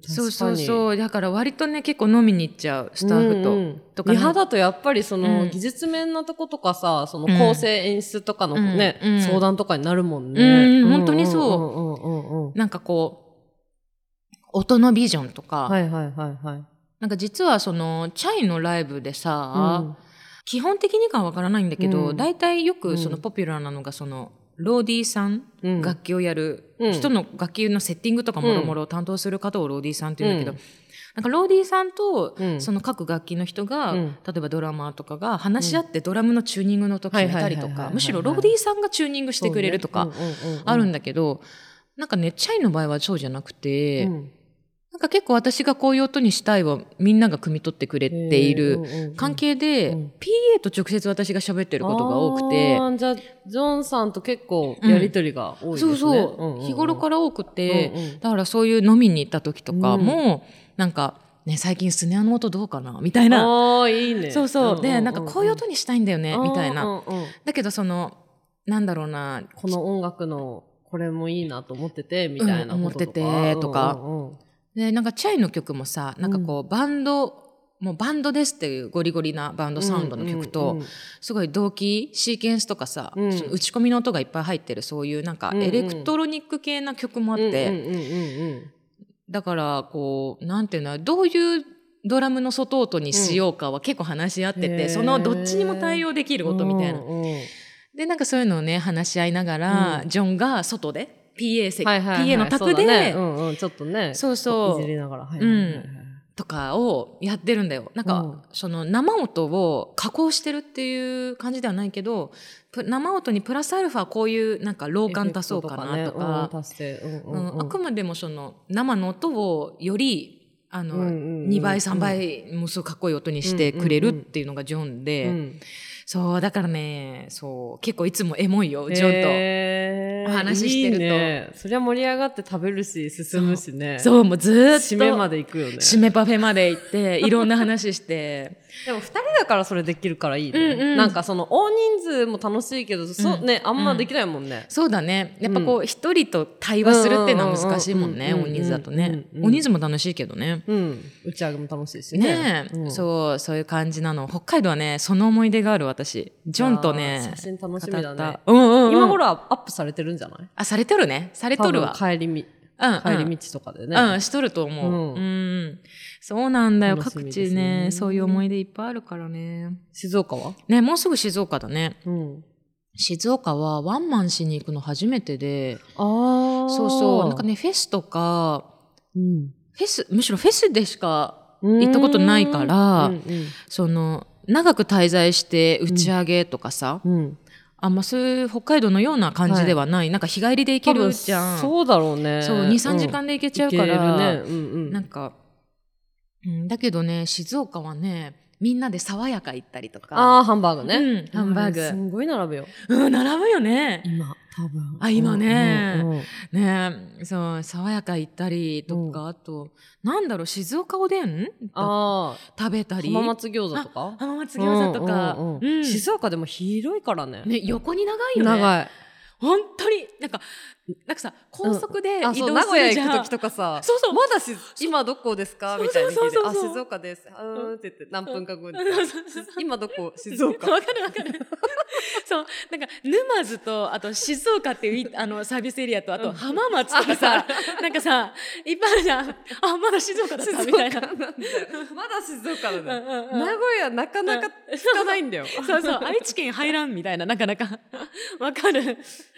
[SPEAKER 1] そうそう
[SPEAKER 2] う
[SPEAKER 1] そう。だから割とね、結構飲みに行っちゃう、スタッフと。
[SPEAKER 2] うんうん
[SPEAKER 1] とかね
[SPEAKER 2] リハだとやっぱりその、
[SPEAKER 1] うん
[SPEAKER 2] 技術面のとことかさその構成演出とかのね、
[SPEAKER 1] うんうん
[SPEAKER 2] 相談とかになるもんね、
[SPEAKER 1] うん本当にそう
[SPEAKER 2] うんうんうんうん
[SPEAKER 1] なんかこう、音のビジョンとか、
[SPEAKER 2] はいはいはいはい
[SPEAKER 1] なんか実はその、チャイのライブでさ、基本的にかわからないんだけど、
[SPEAKER 2] うん
[SPEAKER 1] 大体よくそうの
[SPEAKER 2] ん
[SPEAKER 1] ポピュラーなのがその、ローディーさん、
[SPEAKER 2] うん
[SPEAKER 1] 楽器をやる、
[SPEAKER 2] うん
[SPEAKER 1] 人の楽器のセッティングとかもろもろを担当する方をローディーさんって言うんだけど、
[SPEAKER 2] うん
[SPEAKER 1] なんかローディーさんと、
[SPEAKER 2] うん
[SPEAKER 1] その各楽器の人が、
[SPEAKER 2] うん
[SPEAKER 1] 例えばドラマーとかが話し合ってドラムのチューニングの音決めたりと
[SPEAKER 2] はいはいはいはいはい
[SPEAKER 1] か
[SPEAKER 2] は、い
[SPEAKER 1] むしろローディーさんがチューニングしてくれるとか、あるんだ
[SPEAKER 2] だ
[SPEAKER 1] けど、なんかね、チャイの場合はそうじゃなくて、
[SPEAKER 2] うん、
[SPEAKER 1] なんか結構私がこういう音にしたいをみんなが汲み取ってくれている関係で、
[SPEAKER 2] うん
[SPEAKER 1] PA と直接私が喋ってることが多くて
[SPEAKER 2] あ、ーじゃあジョンさんと結構やりとりが多いです
[SPEAKER 1] そ
[SPEAKER 2] ね、
[SPEAKER 1] うそう、
[SPEAKER 2] んんん
[SPEAKER 1] 日頃から多くて、
[SPEAKER 2] うんうん
[SPEAKER 1] だからそういう飲みに行った時とかも、なんか、ね、最近スネアの音どうかなみたいな。
[SPEAKER 2] ああいいね
[SPEAKER 1] そうそう。で、なんかこういう音
[SPEAKER 2] に
[SPEAKER 1] にしたいんだよね、みたいな。だけどその、なんだろうな、
[SPEAKER 2] この音楽のこれもいいなと思っててみたいな
[SPEAKER 1] うん思
[SPEAKER 2] こ
[SPEAKER 1] っ
[SPEAKER 2] とと
[SPEAKER 1] て
[SPEAKER 2] か、
[SPEAKER 1] てとかで、なんかチャイの曲もさ、なんかこう、バンド、もうバンドですっていうゴリゴリなバンドサウンドの曲と、
[SPEAKER 2] うんうんうん
[SPEAKER 1] すごい動機シーケンスとかさ、
[SPEAKER 2] うん
[SPEAKER 1] その打ち込みの音がいっぱい入ってるそういうなんか
[SPEAKER 2] うんうん
[SPEAKER 1] エレクトロニック系な曲もあって、
[SPEAKER 2] うんうんうんうん
[SPEAKER 1] だからこうなんていうのどういうドラムの外音にしようかは結構話し合ってて、
[SPEAKER 2] へー
[SPEAKER 1] そのどっちにも対応できる音みたいな。
[SPEAKER 2] うんうん
[SPEAKER 1] でなんかそういうのをね話し合いながら、
[SPEAKER 2] う
[SPEAKER 1] ジョンが外で PA 席、
[SPEAKER 2] はいはいはい
[SPEAKER 1] PA の卓で
[SPEAKER 2] そうだねうんうんちょっとね
[SPEAKER 1] そうそう
[SPEAKER 2] いじりながらはい
[SPEAKER 1] うん
[SPEAKER 2] はいはいはい
[SPEAKER 1] とかをやってるんだよなんか、
[SPEAKER 2] うん
[SPEAKER 1] その生音を加工してるっていう感じではないけどプ生音にプラスアルファこういうなんか老感足そうかなとか
[SPEAKER 2] 足して、うん
[SPEAKER 1] うんあくまでもその生の音をよりあの、2
[SPEAKER 2] 2
[SPEAKER 1] 倍3倍もうすごいかっこいい音にしてくれるっていうのがジョンで、そうだからねそう結構いつもエモいよジョンと、
[SPEAKER 2] ン
[SPEAKER 1] お話ししてると
[SPEAKER 2] ね、そりゃ盛り上がって食べるし進むしね
[SPEAKER 1] そうもうずーっと
[SPEAKER 2] 締めまで行くよね
[SPEAKER 1] 締めパフェまで行 っていろんな話して
[SPEAKER 2] でも2人だからそれできるからいいね、
[SPEAKER 1] うんうん
[SPEAKER 2] なんかその大人数も楽しいけど、そうねあんまできないもんね、
[SPEAKER 1] そうだねやっぱこう一、人と対話するっていうのは難しいもんね
[SPEAKER 2] うんうん
[SPEAKER 1] 大
[SPEAKER 2] うんうん
[SPEAKER 1] 人数だとね
[SPEAKER 2] うんうん
[SPEAKER 1] 大人数も楽しいけどね
[SPEAKER 2] うん打ち上げも楽しいしね
[SPEAKER 1] ねえ、
[SPEAKER 2] うん
[SPEAKER 1] そうそういう感じなの北海道はねその思い出がある私ジョンと
[SPEAKER 2] いや
[SPEAKER 1] ね
[SPEAKER 2] ー写真楽しみだ
[SPEAKER 1] 語っ
[SPEAKER 2] ね
[SPEAKER 1] たうんうんうん
[SPEAKER 2] 今頃はアップされてるんじゃない
[SPEAKER 1] あされとるねされとるわ
[SPEAKER 2] 多分帰りみ
[SPEAKER 1] うんうん
[SPEAKER 2] 帰り道とかでね、
[SPEAKER 1] うん、しとると思う。う
[SPEAKER 2] うんん、
[SPEAKER 1] そうなんだよ。
[SPEAKER 2] 楽し
[SPEAKER 1] 各
[SPEAKER 2] みですね
[SPEAKER 1] 地ね、そういう思い出いっぱいあるからね。
[SPEAKER 2] 静岡は、
[SPEAKER 1] ね、もうすぐ静岡だね。
[SPEAKER 2] うん、
[SPEAKER 1] 静岡はワンマンしに行くの初めてで、
[SPEAKER 2] ああ
[SPEAKER 1] そうそう、なんか、ね、フェスとか、
[SPEAKER 2] うん、
[SPEAKER 1] フェス、むしろフェスでしか、行ったことないから
[SPEAKER 2] うん
[SPEAKER 1] その、長く滞在して打ち上げとかさ、
[SPEAKER 2] うんうん、
[SPEAKER 1] あんまそういう北海道のような感じではない、なんか日帰りで行けるじゃん。
[SPEAKER 2] 多分
[SPEAKER 1] そう、
[SPEAKER 2] そうだろうね
[SPEAKER 1] 2、3時間で行けちゃうから、
[SPEAKER 2] いけるね、うんうん、
[SPEAKER 1] なんか、うん、だけどね静岡はねみんなで爽やか行ったりとか
[SPEAKER 2] ああハンバーグね、
[SPEAKER 1] うんハンバーグ
[SPEAKER 2] あれすんごい並ぶよ
[SPEAKER 1] うん並ぶよね
[SPEAKER 2] 今多分
[SPEAKER 1] あ今ね
[SPEAKER 2] うんうんうん
[SPEAKER 1] ねそう爽やか行ったりとか、あとなんだろう静岡おでん
[SPEAKER 2] あ
[SPEAKER 1] 食べた
[SPEAKER 2] あ
[SPEAKER 1] り
[SPEAKER 2] 浜松餃子とか
[SPEAKER 1] 浜松餃子とか、
[SPEAKER 2] う
[SPEAKER 1] うん
[SPEAKER 2] うん
[SPEAKER 1] ん
[SPEAKER 2] うん静岡でも広いからね
[SPEAKER 1] ね、横に長いよね
[SPEAKER 2] 長い
[SPEAKER 1] 本当になんかなんかさ高速で移動
[SPEAKER 2] あ
[SPEAKER 1] す
[SPEAKER 2] そう
[SPEAKER 1] る
[SPEAKER 2] 名古屋
[SPEAKER 1] じゃ
[SPEAKER 2] 行
[SPEAKER 1] ん、
[SPEAKER 2] く時とかさ
[SPEAKER 1] そうそう
[SPEAKER 2] まだし今どこですか
[SPEAKER 1] そう
[SPEAKER 2] みたいに
[SPEAKER 1] そ
[SPEAKER 2] 聞
[SPEAKER 1] う
[SPEAKER 2] いて
[SPEAKER 1] そう
[SPEAKER 2] あ
[SPEAKER 1] そう
[SPEAKER 2] 静岡ですあーんって言って何分か後に
[SPEAKER 1] うんそうそう
[SPEAKER 2] 今どこ静 岡
[SPEAKER 1] わかるわかる。そう、なんか沼津と、あと静岡っていうい、 あのサービスエリアと、あと浜松とか さ。なんかさ、いっぱいあるじゃん。あ、まだ静岡だっ
[SPEAKER 2] 静
[SPEAKER 1] たみ
[SPEAKER 2] 岡
[SPEAKER 1] た
[SPEAKER 2] ないんだよ
[SPEAKER 1] な。
[SPEAKER 2] まだ静岡だ
[SPEAKER 1] うん
[SPEAKER 2] ね
[SPEAKER 1] うんうん
[SPEAKER 2] 名古屋なかなか聞かないんだ よ
[SPEAKER 1] そう そう、愛知県入らんみたいな、なかなか。 わかる。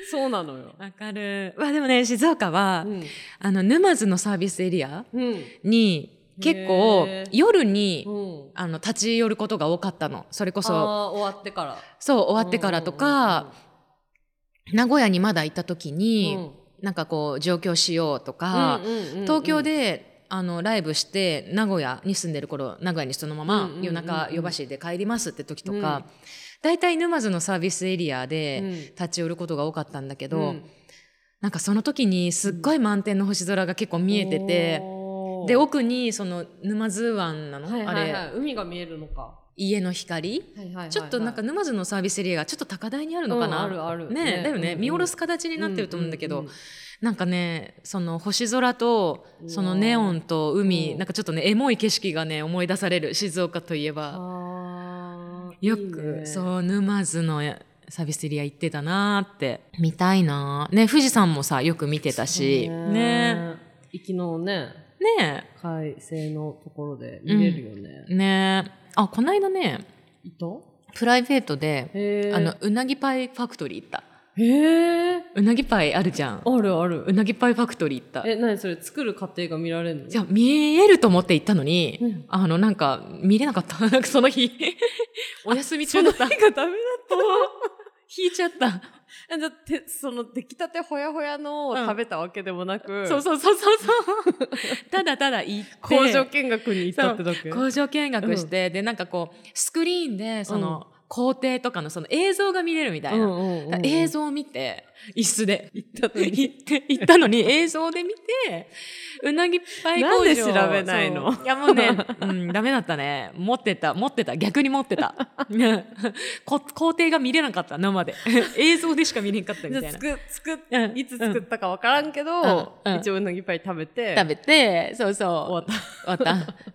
[SPEAKER 2] そうなのよ
[SPEAKER 1] わかる。まあ、でもね、静岡は、
[SPEAKER 2] うん
[SPEAKER 1] あの沼津のサービスエリア
[SPEAKER 2] うん
[SPEAKER 1] に。結構
[SPEAKER 2] へー
[SPEAKER 1] 夜に、
[SPEAKER 2] うん
[SPEAKER 1] あの立ち寄ることが多かったの。それこそ、
[SPEAKER 2] あー終わってから
[SPEAKER 1] そう終わってからとか。名古屋にまだ行った時に、なんかこう上京しようとか、東
[SPEAKER 2] 東
[SPEAKER 1] 京であのライブして名古屋に住んでる頃名古屋にそのま
[SPEAKER 2] うん
[SPEAKER 1] ま
[SPEAKER 2] うんうんうん
[SPEAKER 1] 夜中夜走りで帰りますって時と
[SPEAKER 2] うん
[SPEAKER 1] か大体、沼津のサービスエリア
[SPEAKER 2] うん
[SPEAKER 1] で立ち寄ることが多かったんだけど、
[SPEAKER 2] うん
[SPEAKER 1] なんかその時にすっごい満天の星空が結構見えてて。
[SPEAKER 2] おー
[SPEAKER 1] で奥にその沼津湾なの、
[SPEAKER 2] はいはいは
[SPEAKER 1] あれ
[SPEAKER 2] い海が見えるのか
[SPEAKER 1] 家の光、ちょっとなんか沼津のサービスエリアがちょっと高台にあるのかな、
[SPEAKER 2] うんあるある
[SPEAKER 1] ね
[SPEAKER 2] ね
[SPEAKER 1] だよね、
[SPEAKER 2] うん
[SPEAKER 1] 見下ろす形になってると思うんだけど、
[SPEAKER 2] うう
[SPEAKER 1] なんかねその星空と
[SPEAKER 2] うん
[SPEAKER 1] そのネオンと海
[SPEAKER 2] うん
[SPEAKER 1] なんかちょっとねエモい景色がね思い出される静岡といえば
[SPEAKER 2] あー
[SPEAKER 1] よく
[SPEAKER 2] いいね
[SPEAKER 1] そう沼津のやサービスエリア行ってたなーって見たいなーね富士山もさよく見てたしね
[SPEAKER 2] 行きのね
[SPEAKER 1] ね
[SPEAKER 2] 快晴のところで見れるよね、
[SPEAKER 1] えねえあこの間ね
[SPEAKER 2] いた
[SPEAKER 1] プライベートで
[SPEAKER 2] へえ
[SPEAKER 1] あのうなぎパイファクトリー行った
[SPEAKER 2] へえ
[SPEAKER 1] うなぎパイあるじゃん
[SPEAKER 2] あるあ
[SPEAKER 1] う
[SPEAKER 2] る
[SPEAKER 1] なぎパイファクトリー行った
[SPEAKER 2] え何それ作る過程が見られるの
[SPEAKER 1] じゃあ見えると思って行ったのに、
[SPEAKER 2] うん
[SPEAKER 1] あのなんか見れなかった。 なんかその日お休み中だった。
[SPEAKER 2] がダメだ
[SPEAKER 1] 引いちゃった。
[SPEAKER 2] えじゃあてその出来たてほやほやのを
[SPEAKER 1] うん
[SPEAKER 2] 食べたわけでもなく、
[SPEAKER 1] そうそうそうそう そう。ただただ行って
[SPEAKER 2] 工場見学に行ったってだけ
[SPEAKER 1] 工場見学して、でなんかこうスクリーンでその、工程とかのその映像が見れるみたいな。だから映
[SPEAKER 2] 像
[SPEAKER 1] 像を見て椅子で行った
[SPEAKER 2] のに
[SPEAKER 1] って 行ったのに映像で見てうなぎパイ工場
[SPEAKER 2] なんで調べないの
[SPEAKER 1] そういやもうね、うん、ダメだったね持ってた持ってた逆に持ってた こ工程が見れなかった生で 映像でしか見れなかったみ
[SPEAKER 2] じ
[SPEAKER 1] た
[SPEAKER 2] ゃあ
[SPEAKER 1] いな
[SPEAKER 2] 作作っ
[SPEAKER 1] うん
[SPEAKER 2] いつ作ったかわからんけど、
[SPEAKER 1] うんうん
[SPEAKER 2] 一応うなぎパイ食べて
[SPEAKER 1] 食べてそうそう
[SPEAKER 2] 終わ
[SPEAKER 1] 終わった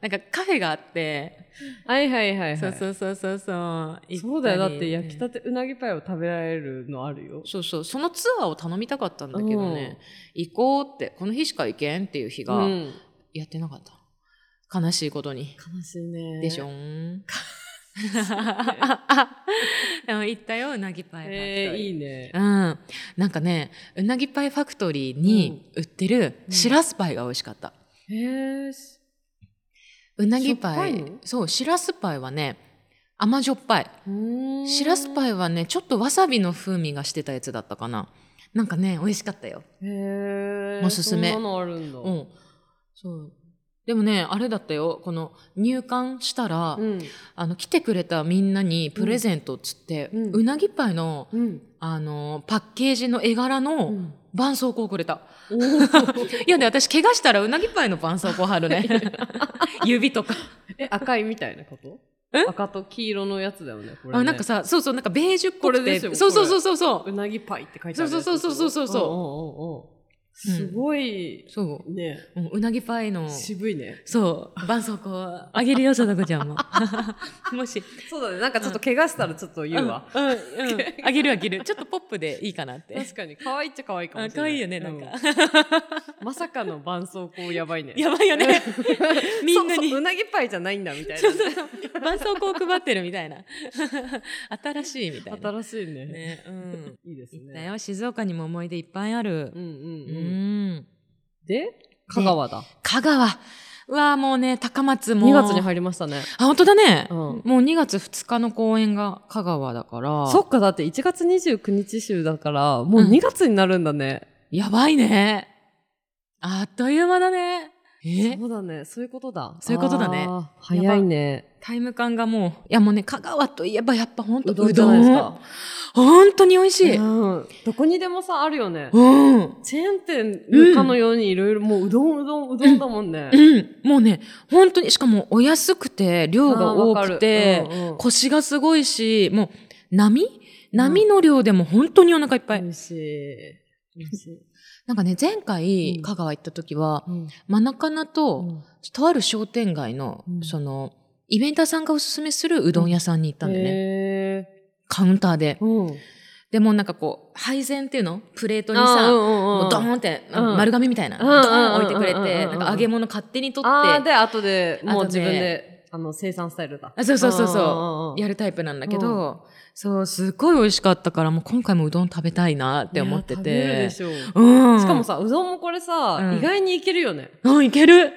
[SPEAKER 1] なんかカフェがあって、
[SPEAKER 2] はいはいはいはい
[SPEAKER 1] そうそうそうそうそう
[SPEAKER 2] そうだよだって焼き
[SPEAKER 1] た
[SPEAKER 2] たてうなぎパイを食べられるのあるよ
[SPEAKER 1] そうそうそのツアーを頼みたかったんだけどね、行こうってこの日しか行けんっていう日が、
[SPEAKER 2] うん、
[SPEAKER 1] やってなかった。悲しいことに。
[SPEAKER 2] 悲しいね
[SPEAKER 1] でしょーん。でも言ったよ、うなぎパイファクトリー。
[SPEAKER 2] えー、いいね
[SPEAKER 1] うん。なんかね、うなぎパイファクトリーに売ってる
[SPEAKER 2] うん
[SPEAKER 1] しらすパイが美味しかった。
[SPEAKER 2] へえ
[SPEAKER 1] うなぎ
[SPEAKER 2] しょっぱ
[SPEAKER 1] パ
[SPEAKER 2] い
[SPEAKER 1] イ
[SPEAKER 2] の
[SPEAKER 1] そうしらすパイはね甘じょっぱいしらす
[SPEAKER 2] イ。
[SPEAKER 1] パイはねちょっとわさびの風味がしてたやつだったかななんかね美味しかったよ
[SPEAKER 2] へー
[SPEAKER 1] おすすめ
[SPEAKER 2] そんなのあるんだ。
[SPEAKER 1] う。んそうでもねあれだったよこの入館したら、
[SPEAKER 2] うん。
[SPEAKER 1] あの来てくれたみんなにプレゼントっつって、う
[SPEAKER 2] うん
[SPEAKER 1] なぎパイの
[SPEAKER 2] うん。
[SPEAKER 1] あのパッケージの絵柄
[SPEAKER 2] う
[SPEAKER 1] の
[SPEAKER 2] ん
[SPEAKER 1] 絆創膏をくれた、
[SPEAKER 2] おー
[SPEAKER 1] いやで私怪我したらうなぎパイの絆創膏貼る ね指とか
[SPEAKER 2] え、赤いみたいなこと
[SPEAKER 1] え
[SPEAKER 2] 赤と黄色のやつだよね、これ、ね。
[SPEAKER 1] あなんかさそうそうなんかベージュっぽくて
[SPEAKER 2] これですよ
[SPEAKER 1] そうそう
[SPEAKER 2] これ
[SPEAKER 1] そうそうそう
[SPEAKER 2] うなぎパイって書いてあるやつ
[SPEAKER 1] そうそうそうそうそうそう
[SPEAKER 2] そ
[SPEAKER 1] う
[SPEAKER 2] う
[SPEAKER 1] ん
[SPEAKER 2] んうんうんうん。すごい、
[SPEAKER 1] そう
[SPEAKER 2] ね、
[SPEAKER 1] うんうなぎパイの
[SPEAKER 2] 渋いね。
[SPEAKER 1] そう絆創膏あげるよ貞子ちゃん ももし
[SPEAKER 2] そうだね、なんかちょっと怪我したらちょっと言うわ。
[SPEAKER 1] うん、うんうんあげるあげるちょっとポップでいいかなって
[SPEAKER 2] 確かに、可愛いっちゃ可愛いかも
[SPEAKER 1] あ
[SPEAKER 2] しれ
[SPEAKER 1] 可
[SPEAKER 2] ない。
[SPEAKER 1] 愛いよねなんか、
[SPEAKER 2] うん。まさかの絆創膏やばいね。
[SPEAKER 1] やばいよ ねみんな
[SPEAKER 2] そう
[SPEAKER 1] に
[SPEAKER 2] そううなぎパイじゃないんだみたい
[SPEAKER 1] そ
[SPEAKER 2] な
[SPEAKER 1] う。そうそう絆創膏を配ってるみたい な新しいみたいな
[SPEAKER 2] 新しいね。
[SPEAKER 1] ねうん
[SPEAKER 2] いいです
[SPEAKER 1] 行
[SPEAKER 2] ね。
[SPEAKER 1] ったよ静岡にも思い出いっぱいある
[SPEAKER 2] うんうん
[SPEAKER 1] う
[SPEAKER 2] うん。
[SPEAKER 1] ん
[SPEAKER 2] で、香川だ。
[SPEAKER 1] 香川うわーもうね高松も
[SPEAKER 2] 2月に入りましたね。
[SPEAKER 1] あ本当だね、
[SPEAKER 2] うん
[SPEAKER 1] もう2月2日の公演が香川だから
[SPEAKER 2] そっか、だって1月29日週だから、もう2月になるんだね。
[SPEAKER 1] やばいねあっという間だねえ
[SPEAKER 2] そうだね、そういうことだ。
[SPEAKER 1] そういうことだね
[SPEAKER 2] あー。早いね。
[SPEAKER 1] タイム感がもういやもうね香川といえばやっぱほんと
[SPEAKER 2] うどんじゃないですか。
[SPEAKER 1] 本当に美味しい、うん
[SPEAKER 2] うん。どこにでもさ、あるよね。
[SPEAKER 1] うん
[SPEAKER 2] チェーン店かのようにいろいろ、もううどんうどんうどんだもんね。
[SPEAKER 1] もうね本当にしかもお安くて量が多くて、コシがすごいしもう波波の量でも本当にお腹いっぱい、
[SPEAKER 2] 美味しい。美味しい。
[SPEAKER 1] なんかね前回
[SPEAKER 2] うん
[SPEAKER 1] 香川行った時は、
[SPEAKER 2] うん
[SPEAKER 1] マナカナと、
[SPEAKER 2] うん
[SPEAKER 1] とある商店街の、
[SPEAKER 2] うん
[SPEAKER 1] そのイベンターさんがおすすめするうどん屋さんに行ったんだよね、
[SPEAKER 2] へ
[SPEAKER 1] カウンターで
[SPEAKER 2] ーうん。
[SPEAKER 1] でもなんかこう配膳っていうのプレートに
[SPEAKER 2] あー
[SPEAKER 1] さ
[SPEAKER 2] うんうんうん
[SPEAKER 1] もうドーンって、
[SPEAKER 2] うん
[SPEAKER 1] 丸紙みたいな、
[SPEAKER 2] うん
[SPEAKER 1] ドーン置いてくれ
[SPEAKER 2] うんうんうん
[SPEAKER 1] て、
[SPEAKER 2] うんうん
[SPEAKER 1] なんか揚げ物勝手に取
[SPEAKER 2] あー
[SPEAKER 1] って
[SPEAKER 2] で、後で、もう
[SPEAKER 1] 後で
[SPEAKER 2] 自分で、あの、生産スタイルだ。
[SPEAKER 1] あそうそうそうそうん
[SPEAKER 2] んんん
[SPEAKER 1] やるタイプなんだけど、そうすっごい美味しかったからもう今回もうどん食べたいなって思って
[SPEAKER 2] いや食べれる
[SPEAKER 1] て
[SPEAKER 2] でしょ
[SPEAKER 1] うん、
[SPEAKER 2] しかもさ、うどんもこれさ、
[SPEAKER 1] うん
[SPEAKER 2] 意外にいけるよね。
[SPEAKER 1] うんいける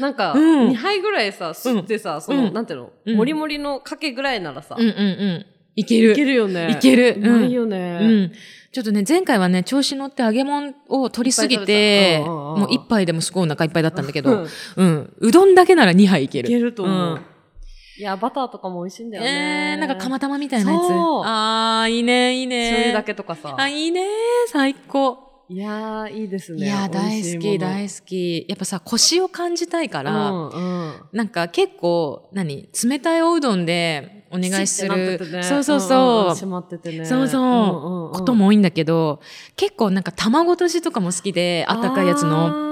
[SPEAKER 2] なんか、
[SPEAKER 1] うん
[SPEAKER 2] 2杯ぐらいさ、吸ってさ、その、
[SPEAKER 1] うん
[SPEAKER 2] なんていうの、
[SPEAKER 1] うん
[SPEAKER 2] もりもりのかけぐらいならさ、
[SPEAKER 1] うんうんうんいける
[SPEAKER 2] いけるよね。
[SPEAKER 1] いける
[SPEAKER 2] う
[SPEAKER 1] うん
[SPEAKER 2] まいよね。
[SPEAKER 1] うん、ちょっとね前回はね調子乗って揚げ物を取りすぎて
[SPEAKER 2] いっぱい食べたうんうんうん
[SPEAKER 1] もう一杯でもすごいお腹いっぱいだったんだけ
[SPEAKER 2] う
[SPEAKER 1] ど、
[SPEAKER 2] ん
[SPEAKER 1] うん、うどんだけなら2杯いけ
[SPEAKER 2] い
[SPEAKER 1] る
[SPEAKER 2] けると思う。
[SPEAKER 1] うん
[SPEAKER 2] いや、バターとかも美味しいんだよね。
[SPEAKER 1] えー、なんか釜玉みたいなやつ
[SPEAKER 2] そう
[SPEAKER 1] あーいいねいいね
[SPEAKER 2] 醤油だけとかさ。
[SPEAKER 1] あ
[SPEAKER 2] い、
[SPEAKER 1] いいね最高
[SPEAKER 2] やー、いいですね。
[SPEAKER 1] いやー大好き
[SPEAKER 2] 好
[SPEAKER 1] 大好きやっぱさ腰を感じたいか
[SPEAKER 2] き
[SPEAKER 1] ら、
[SPEAKER 2] うんうん。
[SPEAKER 1] なんか結構何冷たいおうどんでお願いす
[SPEAKER 2] シッてなっ
[SPEAKER 1] る
[SPEAKER 2] ててね
[SPEAKER 1] そうそう
[SPEAKER 2] う
[SPEAKER 1] そ
[SPEAKER 2] んんん
[SPEAKER 1] う、
[SPEAKER 2] 閉まっててね。
[SPEAKER 1] そうそうことも多いんだけど結構なんか卵とじとかも好きであったかいやつの。
[SPEAKER 2] の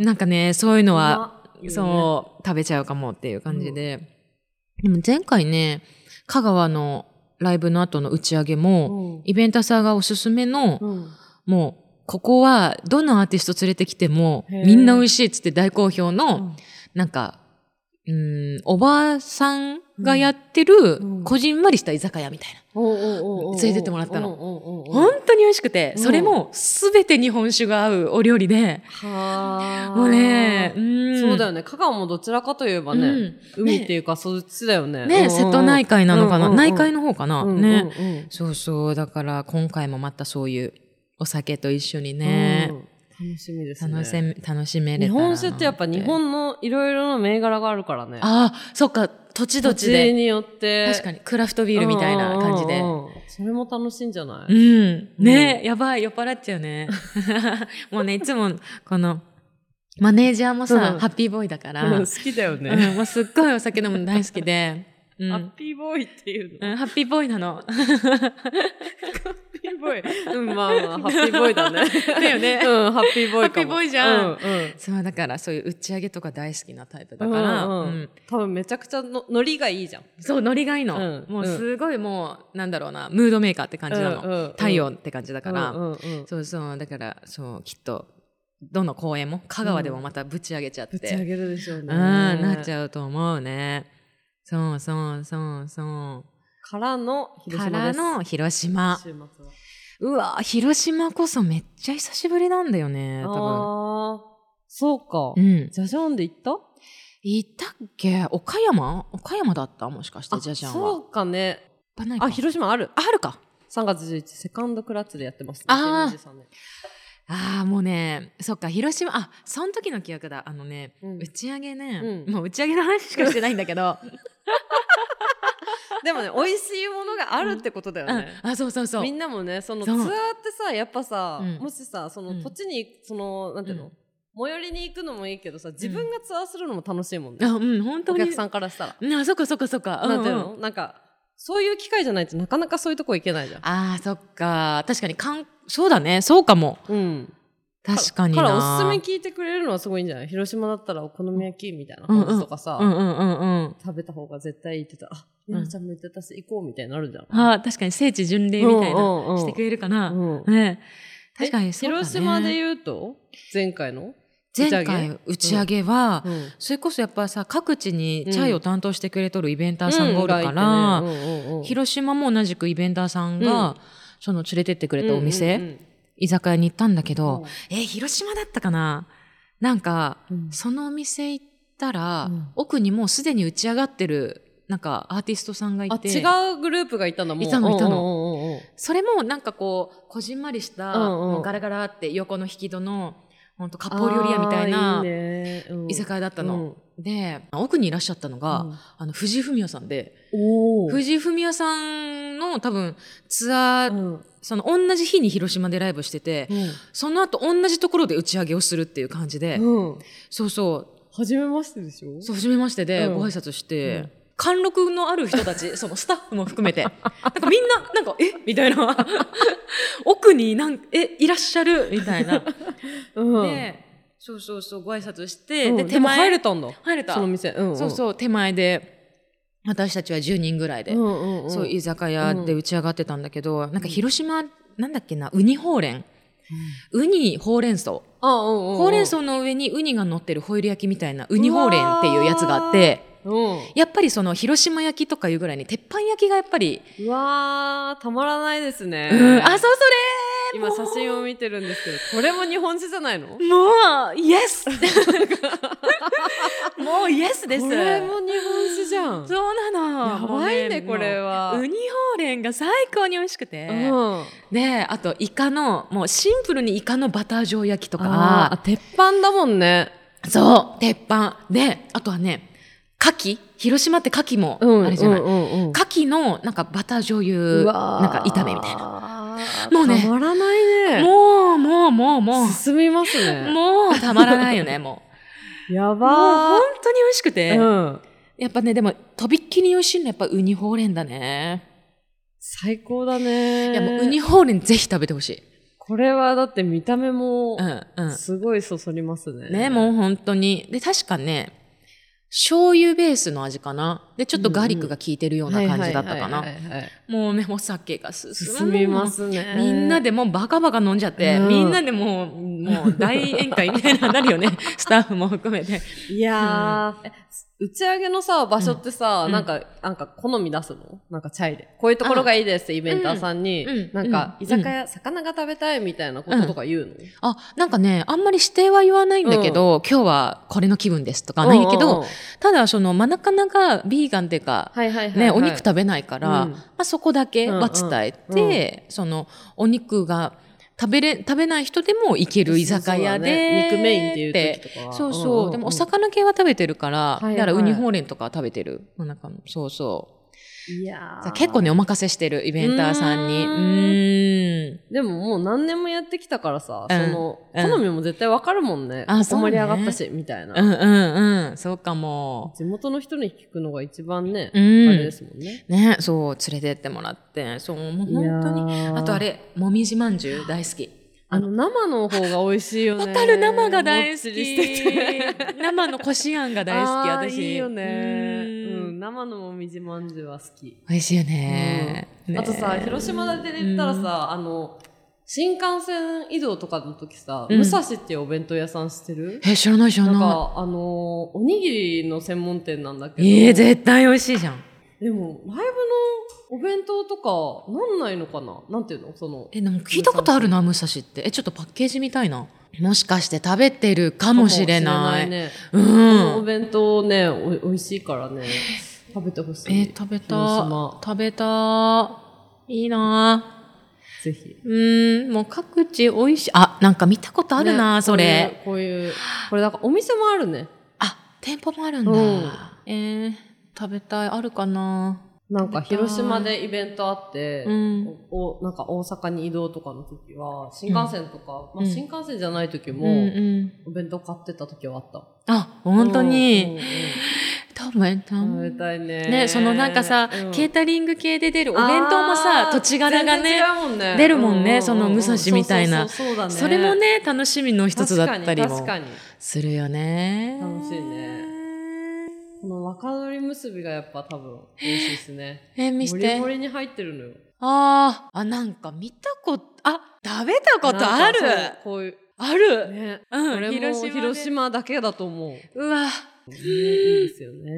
[SPEAKER 1] なんかね、そういうのは、
[SPEAKER 2] は、いいね
[SPEAKER 1] そう、食べちゃうかもっていう感じで。でも前回ね、香川のライブの後の打ち上げ
[SPEAKER 2] う
[SPEAKER 1] も、
[SPEAKER 2] ん
[SPEAKER 1] イベンターさんがおすすめの、
[SPEAKER 2] うん
[SPEAKER 1] もう、ここはどのアーティスト連れてきても、
[SPEAKER 2] へー
[SPEAKER 1] みんな美味しいっつって大好評の、
[SPEAKER 2] うん
[SPEAKER 1] なんか、うん、おばあさんがやってる
[SPEAKER 2] うん、
[SPEAKER 1] こじんまりした居酒屋みたいな。
[SPEAKER 2] おうおうおうおうおう
[SPEAKER 1] 連れてってもらったの
[SPEAKER 2] おうおうおうおう
[SPEAKER 1] 本当に美味しくて、
[SPEAKER 2] うん
[SPEAKER 1] それも全て日本酒が合うお料理で、
[SPEAKER 2] はあ
[SPEAKER 1] もうね、うん
[SPEAKER 2] そうだよね。香川もどちらかといえば
[SPEAKER 1] う
[SPEAKER 2] ね、
[SPEAKER 1] ん
[SPEAKER 2] 海っていうかそっちだよね。うんうんう
[SPEAKER 1] ね、
[SPEAKER 2] ん
[SPEAKER 1] 瀬戸内海なのか
[SPEAKER 2] う
[SPEAKER 1] な、
[SPEAKER 2] んうんうん
[SPEAKER 1] 内海の方かな、
[SPEAKER 2] うんうんうん
[SPEAKER 1] ね。そうそう、だから今回もまたそういうお酒と一緒にね、
[SPEAKER 2] うん楽しみですね。
[SPEAKER 1] 楽しめ、楽しめれ
[SPEAKER 2] 日
[SPEAKER 1] たらな
[SPEAKER 2] 本酒ってやっぱ日
[SPEAKER 1] あ
[SPEAKER 2] 本のいろいろな銘柄があるからね。
[SPEAKER 1] あ、そっか、土地土地で。
[SPEAKER 2] によって。
[SPEAKER 1] 確かに、クラフトビールみたいな感じで
[SPEAKER 2] うんう。んうんそれも楽しいんじゃな
[SPEAKER 1] う
[SPEAKER 2] い、
[SPEAKER 1] ん。ね、やばい、酔っ払っちゃう ね。もうね、いつも、この、マネージャーもさ、
[SPEAKER 2] うん
[SPEAKER 1] ハッピーボーイだから、
[SPEAKER 2] うん
[SPEAKER 1] う
[SPEAKER 2] 好きだよね。
[SPEAKER 1] ん、もうすっごいお酒飲むの大好きで、うん
[SPEAKER 2] ハッピーボーイっていうの。
[SPEAKER 1] うん、ハッピーボーイなの。
[SPEAKER 2] ハッピーボーイ。うん、まあまあ、ハッピーボーイだね。
[SPEAKER 1] だよね
[SPEAKER 2] うん、ハッピーボー
[SPEAKER 1] ハ
[SPEAKER 2] イかも。
[SPEAKER 1] ッピーボーイじゃん
[SPEAKER 2] うん、うん。
[SPEAKER 1] そうだからそういう打ち上げとか大好きなタイプだから、
[SPEAKER 2] う
[SPEAKER 1] うんん
[SPEAKER 2] うん多分めちゃくちゃの、ノリがいいじゃん。
[SPEAKER 1] そうノリがいいの、
[SPEAKER 2] うん
[SPEAKER 1] もうすごいもうなんだろうなムードメーカーって感じなの、
[SPEAKER 2] うんうん
[SPEAKER 1] 太陽って感じだから、
[SPEAKER 2] うんうんうん
[SPEAKER 1] そうそうだからそうきっとどの公演も香川でもまたぶち上げちゃって、
[SPEAKER 2] ぶち上げるでしょう
[SPEAKER 1] うん
[SPEAKER 2] ね。
[SPEAKER 1] なっち
[SPEAKER 2] ゃう。
[SPEAKER 1] ゃうと思うねそうそうそうそ
[SPEAKER 2] からの、
[SPEAKER 1] う
[SPEAKER 2] 広島
[SPEAKER 1] から
[SPEAKER 2] です。
[SPEAKER 1] の広島
[SPEAKER 2] 週末は。
[SPEAKER 1] うわ広島こそめっちゃ久しぶりなんだよね多分
[SPEAKER 2] あ
[SPEAKER 3] そうか
[SPEAKER 1] う。ん。
[SPEAKER 3] じゃじゃんで行った
[SPEAKER 1] いたっけ岡山岡山だったもしかして
[SPEAKER 2] あ
[SPEAKER 1] じゃじゃんは。
[SPEAKER 2] そうかね。
[SPEAKER 1] やっぱないか
[SPEAKER 2] あ、広島ある。
[SPEAKER 1] ああるか。
[SPEAKER 2] 3月11日、セカンドクラッチでやってます、ね。
[SPEAKER 1] あー
[SPEAKER 2] 2023年
[SPEAKER 1] ああ、もうね、そっか、広島、あ、その時の記憶だ。あのね、
[SPEAKER 2] うん
[SPEAKER 1] 打ち上げね、
[SPEAKER 2] うん
[SPEAKER 1] もう打ち上げの話しかしてないんだけ ど、
[SPEAKER 2] でもね、美味しいものがあるってことだよ
[SPEAKER 1] うん
[SPEAKER 2] ね。
[SPEAKER 1] あ、そうそうそう
[SPEAKER 2] み。んなもね、その
[SPEAKER 1] そ
[SPEAKER 2] ツア
[SPEAKER 1] う
[SPEAKER 2] ーってさ、やっぱさ、
[SPEAKER 1] うん
[SPEAKER 2] もしさ、そ
[SPEAKER 1] うん
[SPEAKER 2] の土地に、その、なんていう
[SPEAKER 1] う
[SPEAKER 2] の、
[SPEAKER 1] ん
[SPEAKER 2] 最寄りに行くのもいいけどさ、自分がツアーするのも楽しいもんね。
[SPEAKER 1] あ、うん、本当
[SPEAKER 2] お
[SPEAKER 1] に。
[SPEAKER 2] 客さんからしたら。
[SPEAKER 1] うんあ、そっかそっかそっか。うん
[SPEAKER 2] なんていうの、
[SPEAKER 1] うん
[SPEAKER 2] なんか、そういう機会じゃないとなかなかそういうとこ行けないじゃん。
[SPEAKER 1] ああ、そっか。確かに、かん、そうだね、そうかも。
[SPEAKER 2] うん。
[SPEAKER 1] 確かにな。
[SPEAKER 2] からおすすめ聞いてくれるのはすごいんじゃない広島だったらお好み焼きみたいな話とかさ、
[SPEAKER 1] うんうんうんうん。
[SPEAKER 2] 食べた方が絶対いいって言ったら、あ、ゆなちゃんも言ってたし行こうみたいになるじゃん。
[SPEAKER 1] あー確かに聖地巡礼みたいな、
[SPEAKER 2] うんうんうん
[SPEAKER 1] してくれるかな。
[SPEAKER 2] うん
[SPEAKER 1] ね確かにそうだね。
[SPEAKER 2] 広島で言うと、前回の
[SPEAKER 1] 前回打ち上げは、
[SPEAKER 2] うん
[SPEAKER 1] それこそやっぱさ各地にチャイを担当してくれとるイベンターさんがおるから、
[SPEAKER 2] うんうんうんうん
[SPEAKER 1] 広島も同じくイベンターさんが、
[SPEAKER 2] うん
[SPEAKER 1] その連れてってくれたお店、
[SPEAKER 2] うんうんうん
[SPEAKER 1] 居酒屋に行ったんだけど、
[SPEAKER 2] うん
[SPEAKER 1] えー広島だったかななんか、
[SPEAKER 2] うん
[SPEAKER 1] そのお店行ったら、
[SPEAKER 2] うん
[SPEAKER 1] 奥にもうすでに打ち上がってるなんかアーティストさんがい
[SPEAKER 2] あ
[SPEAKER 1] て
[SPEAKER 2] 違うグループがいたのもう
[SPEAKER 1] いたのいた
[SPEAKER 2] うんうんうんうん
[SPEAKER 1] それもなんかこうこじんまりした、
[SPEAKER 2] うんうん
[SPEAKER 1] もうガラガラって横の引き戸のほんと割烹料理屋みたい
[SPEAKER 2] あ
[SPEAKER 1] な
[SPEAKER 2] ーいいねうん
[SPEAKER 1] 居酒屋だったの。で奥にいらっしゃったのが、
[SPEAKER 2] うん
[SPEAKER 1] あの藤井フミヤさんで
[SPEAKER 2] おお、
[SPEAKER 1] 藤井フミヤさんの多分ツアー、
[SPEAKER 2] うん
[SPEAKER 1] その同じ日に広島でライブしてて、その後同じところで打ち上げをするっていう感じで、
[SPEAKER 2] うんうん、
[SPEAKER 1] そうそ
[SPEAKER 2] 初めましてでしょ
[SPEAKER 1] うそう初めましてで
[SPEAKER 2] うん
[SPEAKER 1] ご挨拶して、
[SPEAKER 2] うん
[SPEAKER 1] 貫禄のある人たち そのスタッフも含めてなんかみんななんかえみたいな 奥になんえいらっしゃるみたいな、
[SPEAKER 2] うん
[SPEAKER 1] でそうそうそうご挨拶して、
[SPEAKER 2] うん
[SPEAKER 1] で
[SPEAKER 2] で
[SPEAKER 1] 手
[SPEAKER 2] も
[SPEAKER 1] 前
[SPEAKER 2] 入れたんだ
[SPEAKER 1] 入れた
[SPEAKER 2] その店、うん
[SPEAKER 1] そう
[SPEAKER 2] う
[SPEAKER 1] そう手前で私たちは10人ぐらいで、
[SPEAKER 2] んうんうん、
[SPEAKER 1] そう居酒屋で打ち上がってたんだけど、なんか広島なんだっけなウニほうれんウニほうれん草
[SPEAKER 2] あうんうんうん、
[SPEAKER 1] ほうれん草の上にウニが乗ってるホイル焼きみたいなウニほうれんっていうやつがあって
[SPEAKER 2] うん
[SPEAKER 1] やっぱりその広島焼きとかいうぐらいに鉄板焼きがやっぱり、
[SPEAKER 2] うわーたまらないですね、
[SPEAKER 1] うんあそうそれ
[SPEAKER 2] 今写真
[SPEAKER 1] を
[SPEAKER 2] を見てるんですけどこれも日本酒じゃないの
[SPEAKER 1] もうイエ スもうイエスです
[SPEAKER 2] これも日本酒じゃん
[SPEAKER 1] そうな
[SPEAKER 2] や
[SPEAKER 1] の
[SPEAKER 2] ばいね
[SPEAKER 1] もう
[SPEAKER 2] これは
[SPEAKER 1] ウニほうれんが最高に美味しくて、
[SPEAKER 2] うん
[SPEAKER 1] であとイカのもうシンプルにイカのバター醤焼きと
[SPEAKER 2] あーあ
[SPEAKER 1] か
[SPEAKER 2] 鉄板だもんね
[SPEAKER 1] そう鉄板であとはね牡蠣広島って牡蠣も
[SPEAKER 2] うん
[SPEAKER 1] あれじゃない、
[SPEAKER 2] うんうんうん
[SPEAKER 1] 牡蠣のなんかバター醤
[SPEAKER 2] う
[SPEAKER 1] 油
[SPEAKER 2] わー
[SPEAKER 1] なんか炒めみたいなも
[SPEAKER 2] も
[SPEAKER 1] う
[SPEAKER 2] う
[SPEAKER 1] ね
[SPEAKER 2] ねたまらないね
[SPEAKER 1] もうもうもうもう
[SPEAKER 2] 進みますね
[SPEAKER 1] もうたまらないよねも
[SPEAKER 2] や
[SPEAKER 1] うもう
[SPEAKER 2] ば
[SPEAKER 1] 本
[SPEAKER 2] ー
[SPEAKER 1] 当に美味しくて、
[SPEAKER 2] うん
[SPEAKER 1] やっぱねでもとびっきり美味しいのやっぱウニほうれんだね
[SPEAKER 2] 最高だね
[SPEAKER 1] いやもうウニほうれんぜひ食べてほしい
[SPEAKER 2] これはだって見た目
[SPEAKER 1] う
[SPEAKER 2] も
[SPEAKER 1] んうん
[SPEAKER 2] すごいそそりますね
[SPEAKER 1] ね、もう本当に。で、確かね、醤油ベースの味かな。で、ちょっとガーリックが効いてるような感じだったか
[SPEAKER 2] はい
[SPEAKER 1] な。
[SPEAKER 2] はいはいはい
[SPEAKER 1] もうね、お酒が進む。
[SPEAKER 2] 進みますね
[SPEAKER 1] みんなでもうバカバカ飲んじゃって、
[SPEAKER 2] うん
[SPEAKER 1] みんなでもう、もう大宴会みたいななるよね。スタッフも含めて。
[SPEAKER 2] いやー、え打ち上げのさ、場所ってさ、
[SPEAKER 1] うん
[SPEAKER 2] なんか、なんか好み出すのなんかチャイで。こういうところがいいですってイベンターさんに、
[SPEAKER 1] うん
[SPEAKER 2] なんか、
[SPEAKER 1] うん
[SPEAKER 2] 居酒屋、魚が食べたいみたいなこととか言うの、
[SPEAKER 1] あ、なんかね、あんまり指定は言わないんだけど、今日はこれの気分ですとかないけ
[SPEAKER 2] うんうん
[SPEAKER 1] ど、
[SPEAKER 2] うん
[SPEAKER 1] ただその、真中ナがビーガンっていうか、
[SPEAKER 2] はいはいはい、はい。
[SPEAKER 1] ね、お肉食べないから、
[SPEAKER 2] うん
[SPEAKER 1] まあ、そこだけは伝え
[SPEAKER 2] うんうん
[SPEAKER 1] て、そのお肉が食べれ食べない人でも行ける居酒屋で、
[SPEAKER 2] そうそうだね肉メインっていう時とかは。
[SPEAKER 1] そうそう,、
[SPEAKER 2] んんん
[SPEAKER 1] でもお魚系は食べてるから、
[SPEAKER 2] いはい
[SPEAKER 1] だからウニほうれんとかは食べてる、まあ、なんかそうそう
[SPEAKER 2] いや
[SPEAKER 1] さ
[SPEAKER 2] ー
[SPEAKER 1] あ結構。ねお任せしてるイベンターさんに
[SPEAKER 2] う
[SPEAKER 1] う
[SPEAKER 2] ー
[SPEAKER 1] ーん
[SPEAKER 2] でももう何年もやってきたからさ、
[SPEAKER 1] うん
[SPEAKER 2] その、
[SPEAKER 1] うん
[SPEAKER 2] 好みも絶対わかるもんね。
[SPEAKER 1] あ
[SPEAKER 2] こ
[SPEAKER 1] そ
[SPEAKER 2] こ
[SPEAKER 1] うね
[SPEAKER 2] 盛り上がったし、みたいな。
[SPEAKER 1] うんうんうんそうかも
[SPEAKER 2] 地元の人に聞くのが一番ね、
[SPEAKER 1] う
[SPEAKER 2] あれで
[SPEAKER 1] ん
[SPEAKER 2] すもんね。
[SPEAKER 1] ねそう連れてってもらってそうもう本当に
[SPEAKER 2] いやー
[SPEAKER 1] あとあれもみじまんじゅう大好き
[SPEAKER 2] あの生の方が美味しいよね。
[SPEAKER 1] わかる生が大
[SPEAKER 2] もっち
[SPEAKER 1] 好
[SPEAKER 2] り
[SPEAKER 1] き
[SPEAKER 2] してて
[SPEAKER 1] 生のこしあんが 大好き
[SPEAKER 2] あー
[SPEAKER 1] 私
[SPEAKER 2] いいよね。
[SPEAKER 1] うん
[SPEAKER 2] うん、生のもみじまんじゅうは好き。
[SPEAKER 1] 美味しいよね,、ね
[SPEAKER 2] あとさ、広島だけで言ったらさ、あの、新幹線移動とかの時さ、
[SPEAKER 1] うん
[SPEAKER 2] 武蔵っていうお弁当屋さんしてる
[SPEAKER 1] え知らない知ら
[SPEAKER 2] なん
[SPEAKER 1] な
[SPEAKER 2] か、あの、おにぎりの専門店なんだけど。
[SPEAKER 1] いえー、絶対美味しいじゃん
[SPEAKER 2] でも、ライブのお弁当とか、なんないのかななんていうのその、
[SPEAKER 1] えでも聞いたことあるな武蔵ってえちょっとパッケージみたいなもしかして食べてるかもしれない。
[SPEAKER 2] かもしれね
[SPEAKER 1] う
[SPEAKER 2] このお
[SPEAKER 1] ん。
[SPEAKER 2] 弁当ね、おい美味しいからね。食べてほし
[SPEAKER 1] え
[SPEAKER 2] い。
[SPEAKER 1] ー食べ
[SPEAKER 2] 広
[SPEAKER 1] た
[SPEAKER 2] 島。
[SPEAKER 1] 食べたいいな
[SPEAKER 2] ぜひ。
[SPEAKER 1] うーん、もう各地美味しい。あ、なんか見たことあるな、
[SPEAKER 2] ね
[SPEAKER 1] それ。。
[SPEAKER 2] こういう、こういうこれなんかお店もあるね。
[SPEAKER 1] あ、店舗もあるんだ。
[SPEAKER 2] うん
[SPEAKER 1] えー、食べたい、あるかな
[SPEAKER 2] なんか
[SPEAKER 1] 食べたい
[SPEAKER 2] 広島でイベントあって、
[SPEAKER 1] うん
[SPEAKER 2] おおなんか大阪に移動とかの時は、新幹線とか、
[SPEAKER 1] うん
[SPEAKER 2] まあ、新幹線じゃない時も、
[SPEAKER 1] うんうん。
[SPEAKER 2] お弁当買ってた時はあった。
[SPEAKER 1] あ、本当
[SPEAKER 2] うん
[SPEAKER 1] に。
[SPEAKER 2] うん
[SPEAKER 1] 食べた
[SPEAKER 2] うん食べたいね。
[SPEAKER 1] ね、そのなんかさ、
[SPEAKER 2] うん
[SPEAKER 1] ケータリング系で出るお弁当もさ、
[SPEAKER 2] あー
[SPEAKER 1] 土地柄が
[SPEAKER 2] 全
[SPEAKER 1] ね
[SPEAKER 2] 然違うもんね
[SPEAKER 1] 出るもんね
[SPEAKER 2] うううう
[SPEAKER 1] その武蔵みたいな
[SPEAKER 2] そうそうそうそうだね
[SPEAKER 1] それもね、楽しみの一つだったり
[SPEAKER 2] 確
[SPEAKER 1] も
[SPEAKER 2] かに確かに
[SPEAKER 1] するよね。
[SPEAKER 2] 楽しいね。この若鶏結びがやっぱ多分美味しいですね
[SPEAKER 1] え、見し
[SPEAKER 2] モリ
[SPEAKER 1] て
[SPEAKER 2] モ。リに入ってるのよ
[SPEAKER 1] あーあ、なんか見たこと、あ、食べたことある
[SPEAKER 2] なんかそうこういう
[SPEAKER 1] ある
[SPEAKER 2] ね
[SPEAKER 1] うん
[SPEAKER 2] これ
[SPEAKER 1] 広島
[SPEAKER 2] も
[SPEAKER 1] で
[SPEAKER 2] 広島だけだと思う、ね、
[SPEAKER 1] うわ。
[SPEAKER 2] いいですよね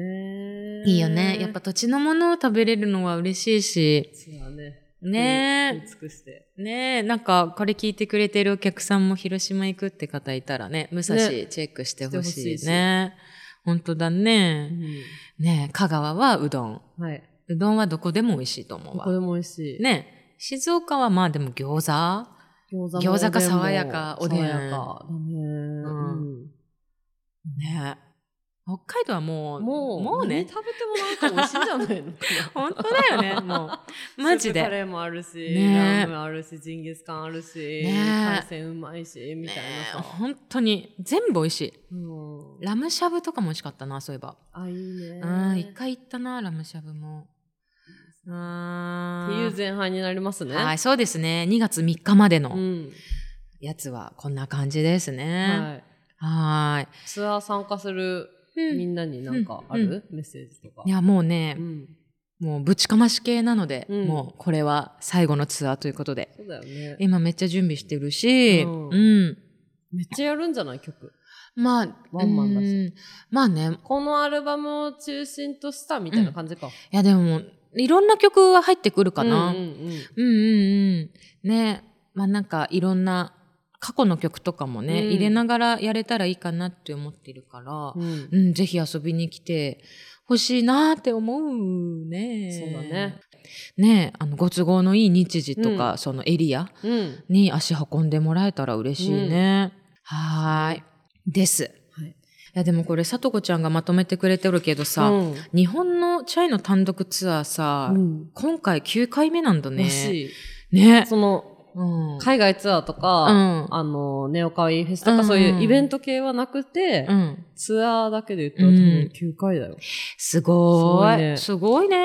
[SPEAKER 1] いいよね。やっぱ土地のものを食べれるのは嬉しいし。
[SPEAKER 2] そうだね
[SPEAKER 1] ね
[SPEAKER 2] え尽くして
[SPEAKER 1] え、ねえ、なんかこれ聞いてくれてるお客さんも広島行くって方いたらね、武蔵チ
[SPEAKER 2] ね
[SPEAKER 1] ェックしてほ
[SPEAKER 2] して
[SPEAKER 1] し
[SPEAKER 2] ほ
[SPEAKER 1] い
[SPEAKER 2] しい
[SPEAKER 1] ね。本当だね。ねえ、香川はうどん。
[SPEAKER 2] はい、
[SPEAKER 1] うどんはどこでも美味しいと思う
[SPEAKER 2] ここ
[SPEAKER 1] わ。
[SPEAKER 2] でも美味しい、
[SPEAKER 1] ねえ、静岡はまあでも餃子
[SPEAKER 2] 餃子も
[SPEAKER 1] 餃子か
[SPEAKER 2] おでんも
[SPEAKER 1] 爽やかおでん
[SPEAKER 2] 爽やかだね、
[SPEAKER 1] ん
[SPEAKER 2] うん
[SPEAKER 1] ねえ。北海道はもう、
[SPEAKER 2] もう、
[SPEAKER 1] もうね
[SPEAKER 2] 何、食べてもらうと美味しいんじゃな いのかな。
[SPEAKER 1] 本当だよね、もう。 マジ
[SPEAKER 2] スープカ
[SPEAKER 1] で。
[SPEAKER 2] レーもあるし、
[SPEAKER 1] ね
[SPEAKER 2] ラムあるし、ジンギスカンあるし、
[SPEAKER 1] ね
[SPEAKER 2] 海鮮うまいし、みたいなさ。
[SPEAKER 1] 本当に、全部美味しい。
[SPEAKER 2] うん
[SPEAKER 1] ラムシャブとかも美味しかったな、そういえば。
[SPEAKER 2] あ、いいね。
[SPEAKER 1] うん、一
[SPEAKER 2] って
[SPEAKER 1] 回行ったな、ラムシャブも。う
[SPEAKER 2] い
[SPEAKER 1] ん。
[SPEAKER 2] う前半になりますね。
[SPEAKER 1] はい、そうですね。2月3日まで
[SPEAKER 2] う
[SPEAKER 1] の
[SPEAKER 2] ん。
[SPEAKER 1] やつはこんな感じですね。
[SPEAKER 2] は
[SPEAKER 1] はー
[SPEAKER 2] い。
[SPEAKER 1] い。
[SPEAKER 2] ツアー参加する
[SPEAKER 1] うん
[SPEAKER 2] みんなになんかあるメッセージとか。
[SPEAKER 1] いや、もうね
[SPEAKER 2] う、ん。
[SPEAKER 1] もうぶちかまし系なので、
[SPEAKER 2] うん
[SPEAKER 1] もうこれは最後のツアーということで。
[SPEAKER 2] そうだよね。
[SPEAKER 1] 今めっちゃ準備してるし、う。
[SPEAKER 2] うんんめっちゃやるんじゃない曲。
[SPEAKER 1] まあ、
[SPEAKER 2] ワンマンだし
[SPEAKER 1] うんまあね、
[SPEAKER 2] このアルバムを中心としたみたいな感じか。
[SPEAKER 1] いやでも、いろんな曲は入ってくるかな。
[SPEAKER 2] うんう
[SPEAKER 1] う
[SPEAKER 2] ん
[SPEAKER 1] んうんうん。ね。まあなんかいろんな過去の曲とかもね、
[SPEAKER 2] うん
[SPEAKER 1] 入れながらやれたらいいかなって思ってるから、
[SPEAKER 2] うんうん
[SPEAKER 1] うん、ぜひ遊びに来てほしいなって思うね。
[SPEAKER 2] そうだね。
[SPEAKER 1] ねあの、ご都合のいい日時とか、
[SPEAKER 2] う
[SPEAKER 1] そのエリア
[SPEAKER 2] うん。
[SPEAKER 1] に足運んでもらえたら嬉しいね。はーい。です。
[SPEAKER 2] はい
[SPEAKER 1] いやでもこれ、さとこちゃんがまとめてくれてるけどさ、
[SPEAKER 2] うん
[SPEAKER 1] 日本のチャイの単独ツアーさ、
[SPEAKER 2] うん
[SPEAKER 1] 今回9回目なんだね。
[SPEAKER 2] らしい。
[SPEAKER 1] ね。
[SPEAKER 2] その、
[SPEAKER 1] うん。
[SPEAKER 2] 海外ツアーとか、
[SPEAKER 1] うん
[SPEAKER 2] あの、ネオカワイフェス
[SPEAKER 1] う
[SPEAKER 2] と
[SPEAKER 1] んうん
[SPEAKER 2] かそういうイベント系はなくて、
[SPEAKER 1] うん。
[SPEAKER 2] ツアーだけで言ったら
[SPEAKER 1] うん
[SPEAKER 2] 多分9回だよ。
[SPEAKER 1] すご
[SPEAKER 2] すご
[SPEAKER 1] ー
[SPEAKER 2] い
[SPEAKER 1] い。
[SPEAKER 2] ね
[SPEAKER 1] すごいね。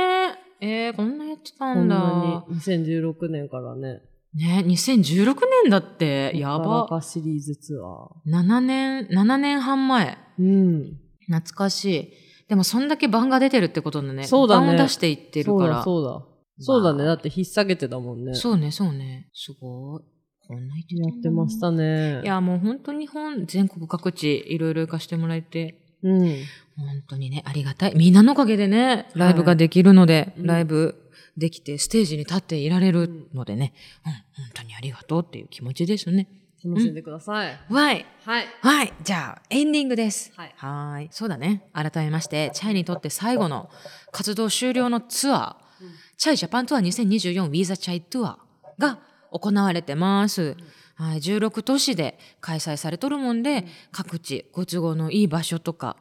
[SPEAKER 1] えー、こんなやってた
[SPEAKER 2] こ
[SPEAKER 1] ん
[SPEAKER 2] ん
[SPEAKER 1] だ
[SPEAKER 2] な。に2016年からね。
[SPEAKER 1] ね、2016年だって、や
[SPEAKER 2] ほったら
[SPEAKER 1] ば。
[SPEAKER 2] かシリーズツア
[SPEAKER 1] 7年、7年半前。
[SPEAKER 2] ー。うん。
[SPEAKER 1] 懐かしい。でも、そんだけ版が出てるってことだね。
[SPEAKER 2] そうだね
[SPEAKER 1] 版を出していってるから。
[SPEAKER 2] そうだ、そうだ。そうだね。だって引っ提げてだもんね。
[SPEAKER 1] そうね、そうね。すごい。こんな言って
[SPEAKER 2] や
[SPEAKER 1] たんだ
[SPEAKER 2] ってましたね。
[SPEAKER 1] いや、もう本当日本、全国各地、いろいろ行かしてもらえて、
[SPEAKER 2] うん。
[SPEAKER 1] 本当にね、ありがたい。みんなのおかげでね、ライブができるので、
[SPEAKER 2] うん
[SPEAKER 1] ライブできて、ステージに立っていられるのでね、うん、本当にありがとうっていう気持ちですね。
[SPEAKER 2] 楽しんでください。
[SPEAKER 1] わい
[SPEAKER 2] はい。
[SPEAKER 1] はいじゃあ、エンディングです。
[SPEAKER 2] はい
[SPEAKER 1] ーい。そうだね。改めまして、チャイにとって最後の活動終了のツアー、
[SPEAKER 2] うん
[SPEAKER 1] チャイジャパンツアー 2024WeTheChai ツアーが行われてます。はい、16都市で開催されとるもんで、各地ご都合のいい場所とか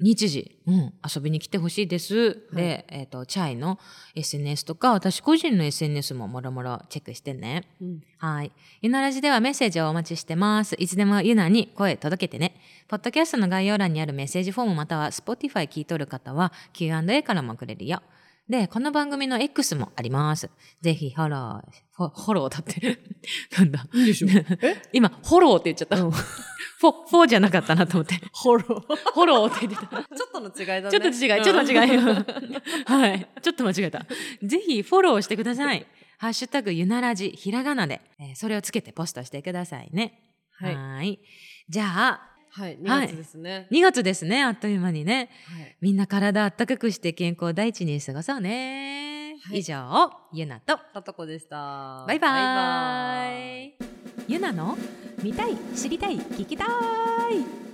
[SPEAKER 1] 日時、うん、遊びに来てほしいです。
[SPEAKER 2] はい
[SPEAKER 1] で、えっ、と、チャイの SNS とか、私個人の SNS ももろもろチェックしてね。
[SPEAKER 2] うん
[SPEAKER 1] はい。ゆならじではメッセージをお待ちしてます。いつでもゆなに声届けてね。ポッドキャストの概要欄にあるメッセージフォームまたは Spotify 聞いとる方は Q&A からもくれるよ。で、この番組の X もあります。ぜひフォロー、フォフォローだって。 なんだ。
[SPEAKER 2] いいでしょ え
[SPEAKER 1] 今、フォローって言っちゃった。
[SPEAKER 2] うん
[SPEAKER 1] フォ、フォーじゃなかったなと思って。
[SPEAKER 2] ほら。ちょっ
[SPEAKER 1] フォローって言ってた。
[SPEAKER 2] との違いだね。
[SPEAKER 1] ちょっと違い、ちょっと違い。
[SPEAKER 2] うん
[SPEAKER 1] はい。ちょっと間違えた。ぜひフォローしてください。ハッシュタグゆならじ、ひらがなで、えーそれをつけてポストしてくださいね。は
[SPEAKER 2] はいい。
[SPEAKER 1] じゃあ、
[SPEAKER 2] はい。2
[SPEAKER 1] はい
[SPEAKER 2] 月ですね。
[SPEAKER 1] 2月ですね。あっという間にね。
[SPEAKER 2] はい。
[SPEAKER 1] みんな体あったかくして健康第一に過ごそうね。
[SPEAKER 2] はい
[SPEAKER 1] 以上、ゆなと、
[SPEAKER 2] さとこでした。
[SPEAKER 1] バイバ
[SPEAKER 2] バイバ
[SPEAKER 1] イ。ゆなの見たい知りたい聞きたい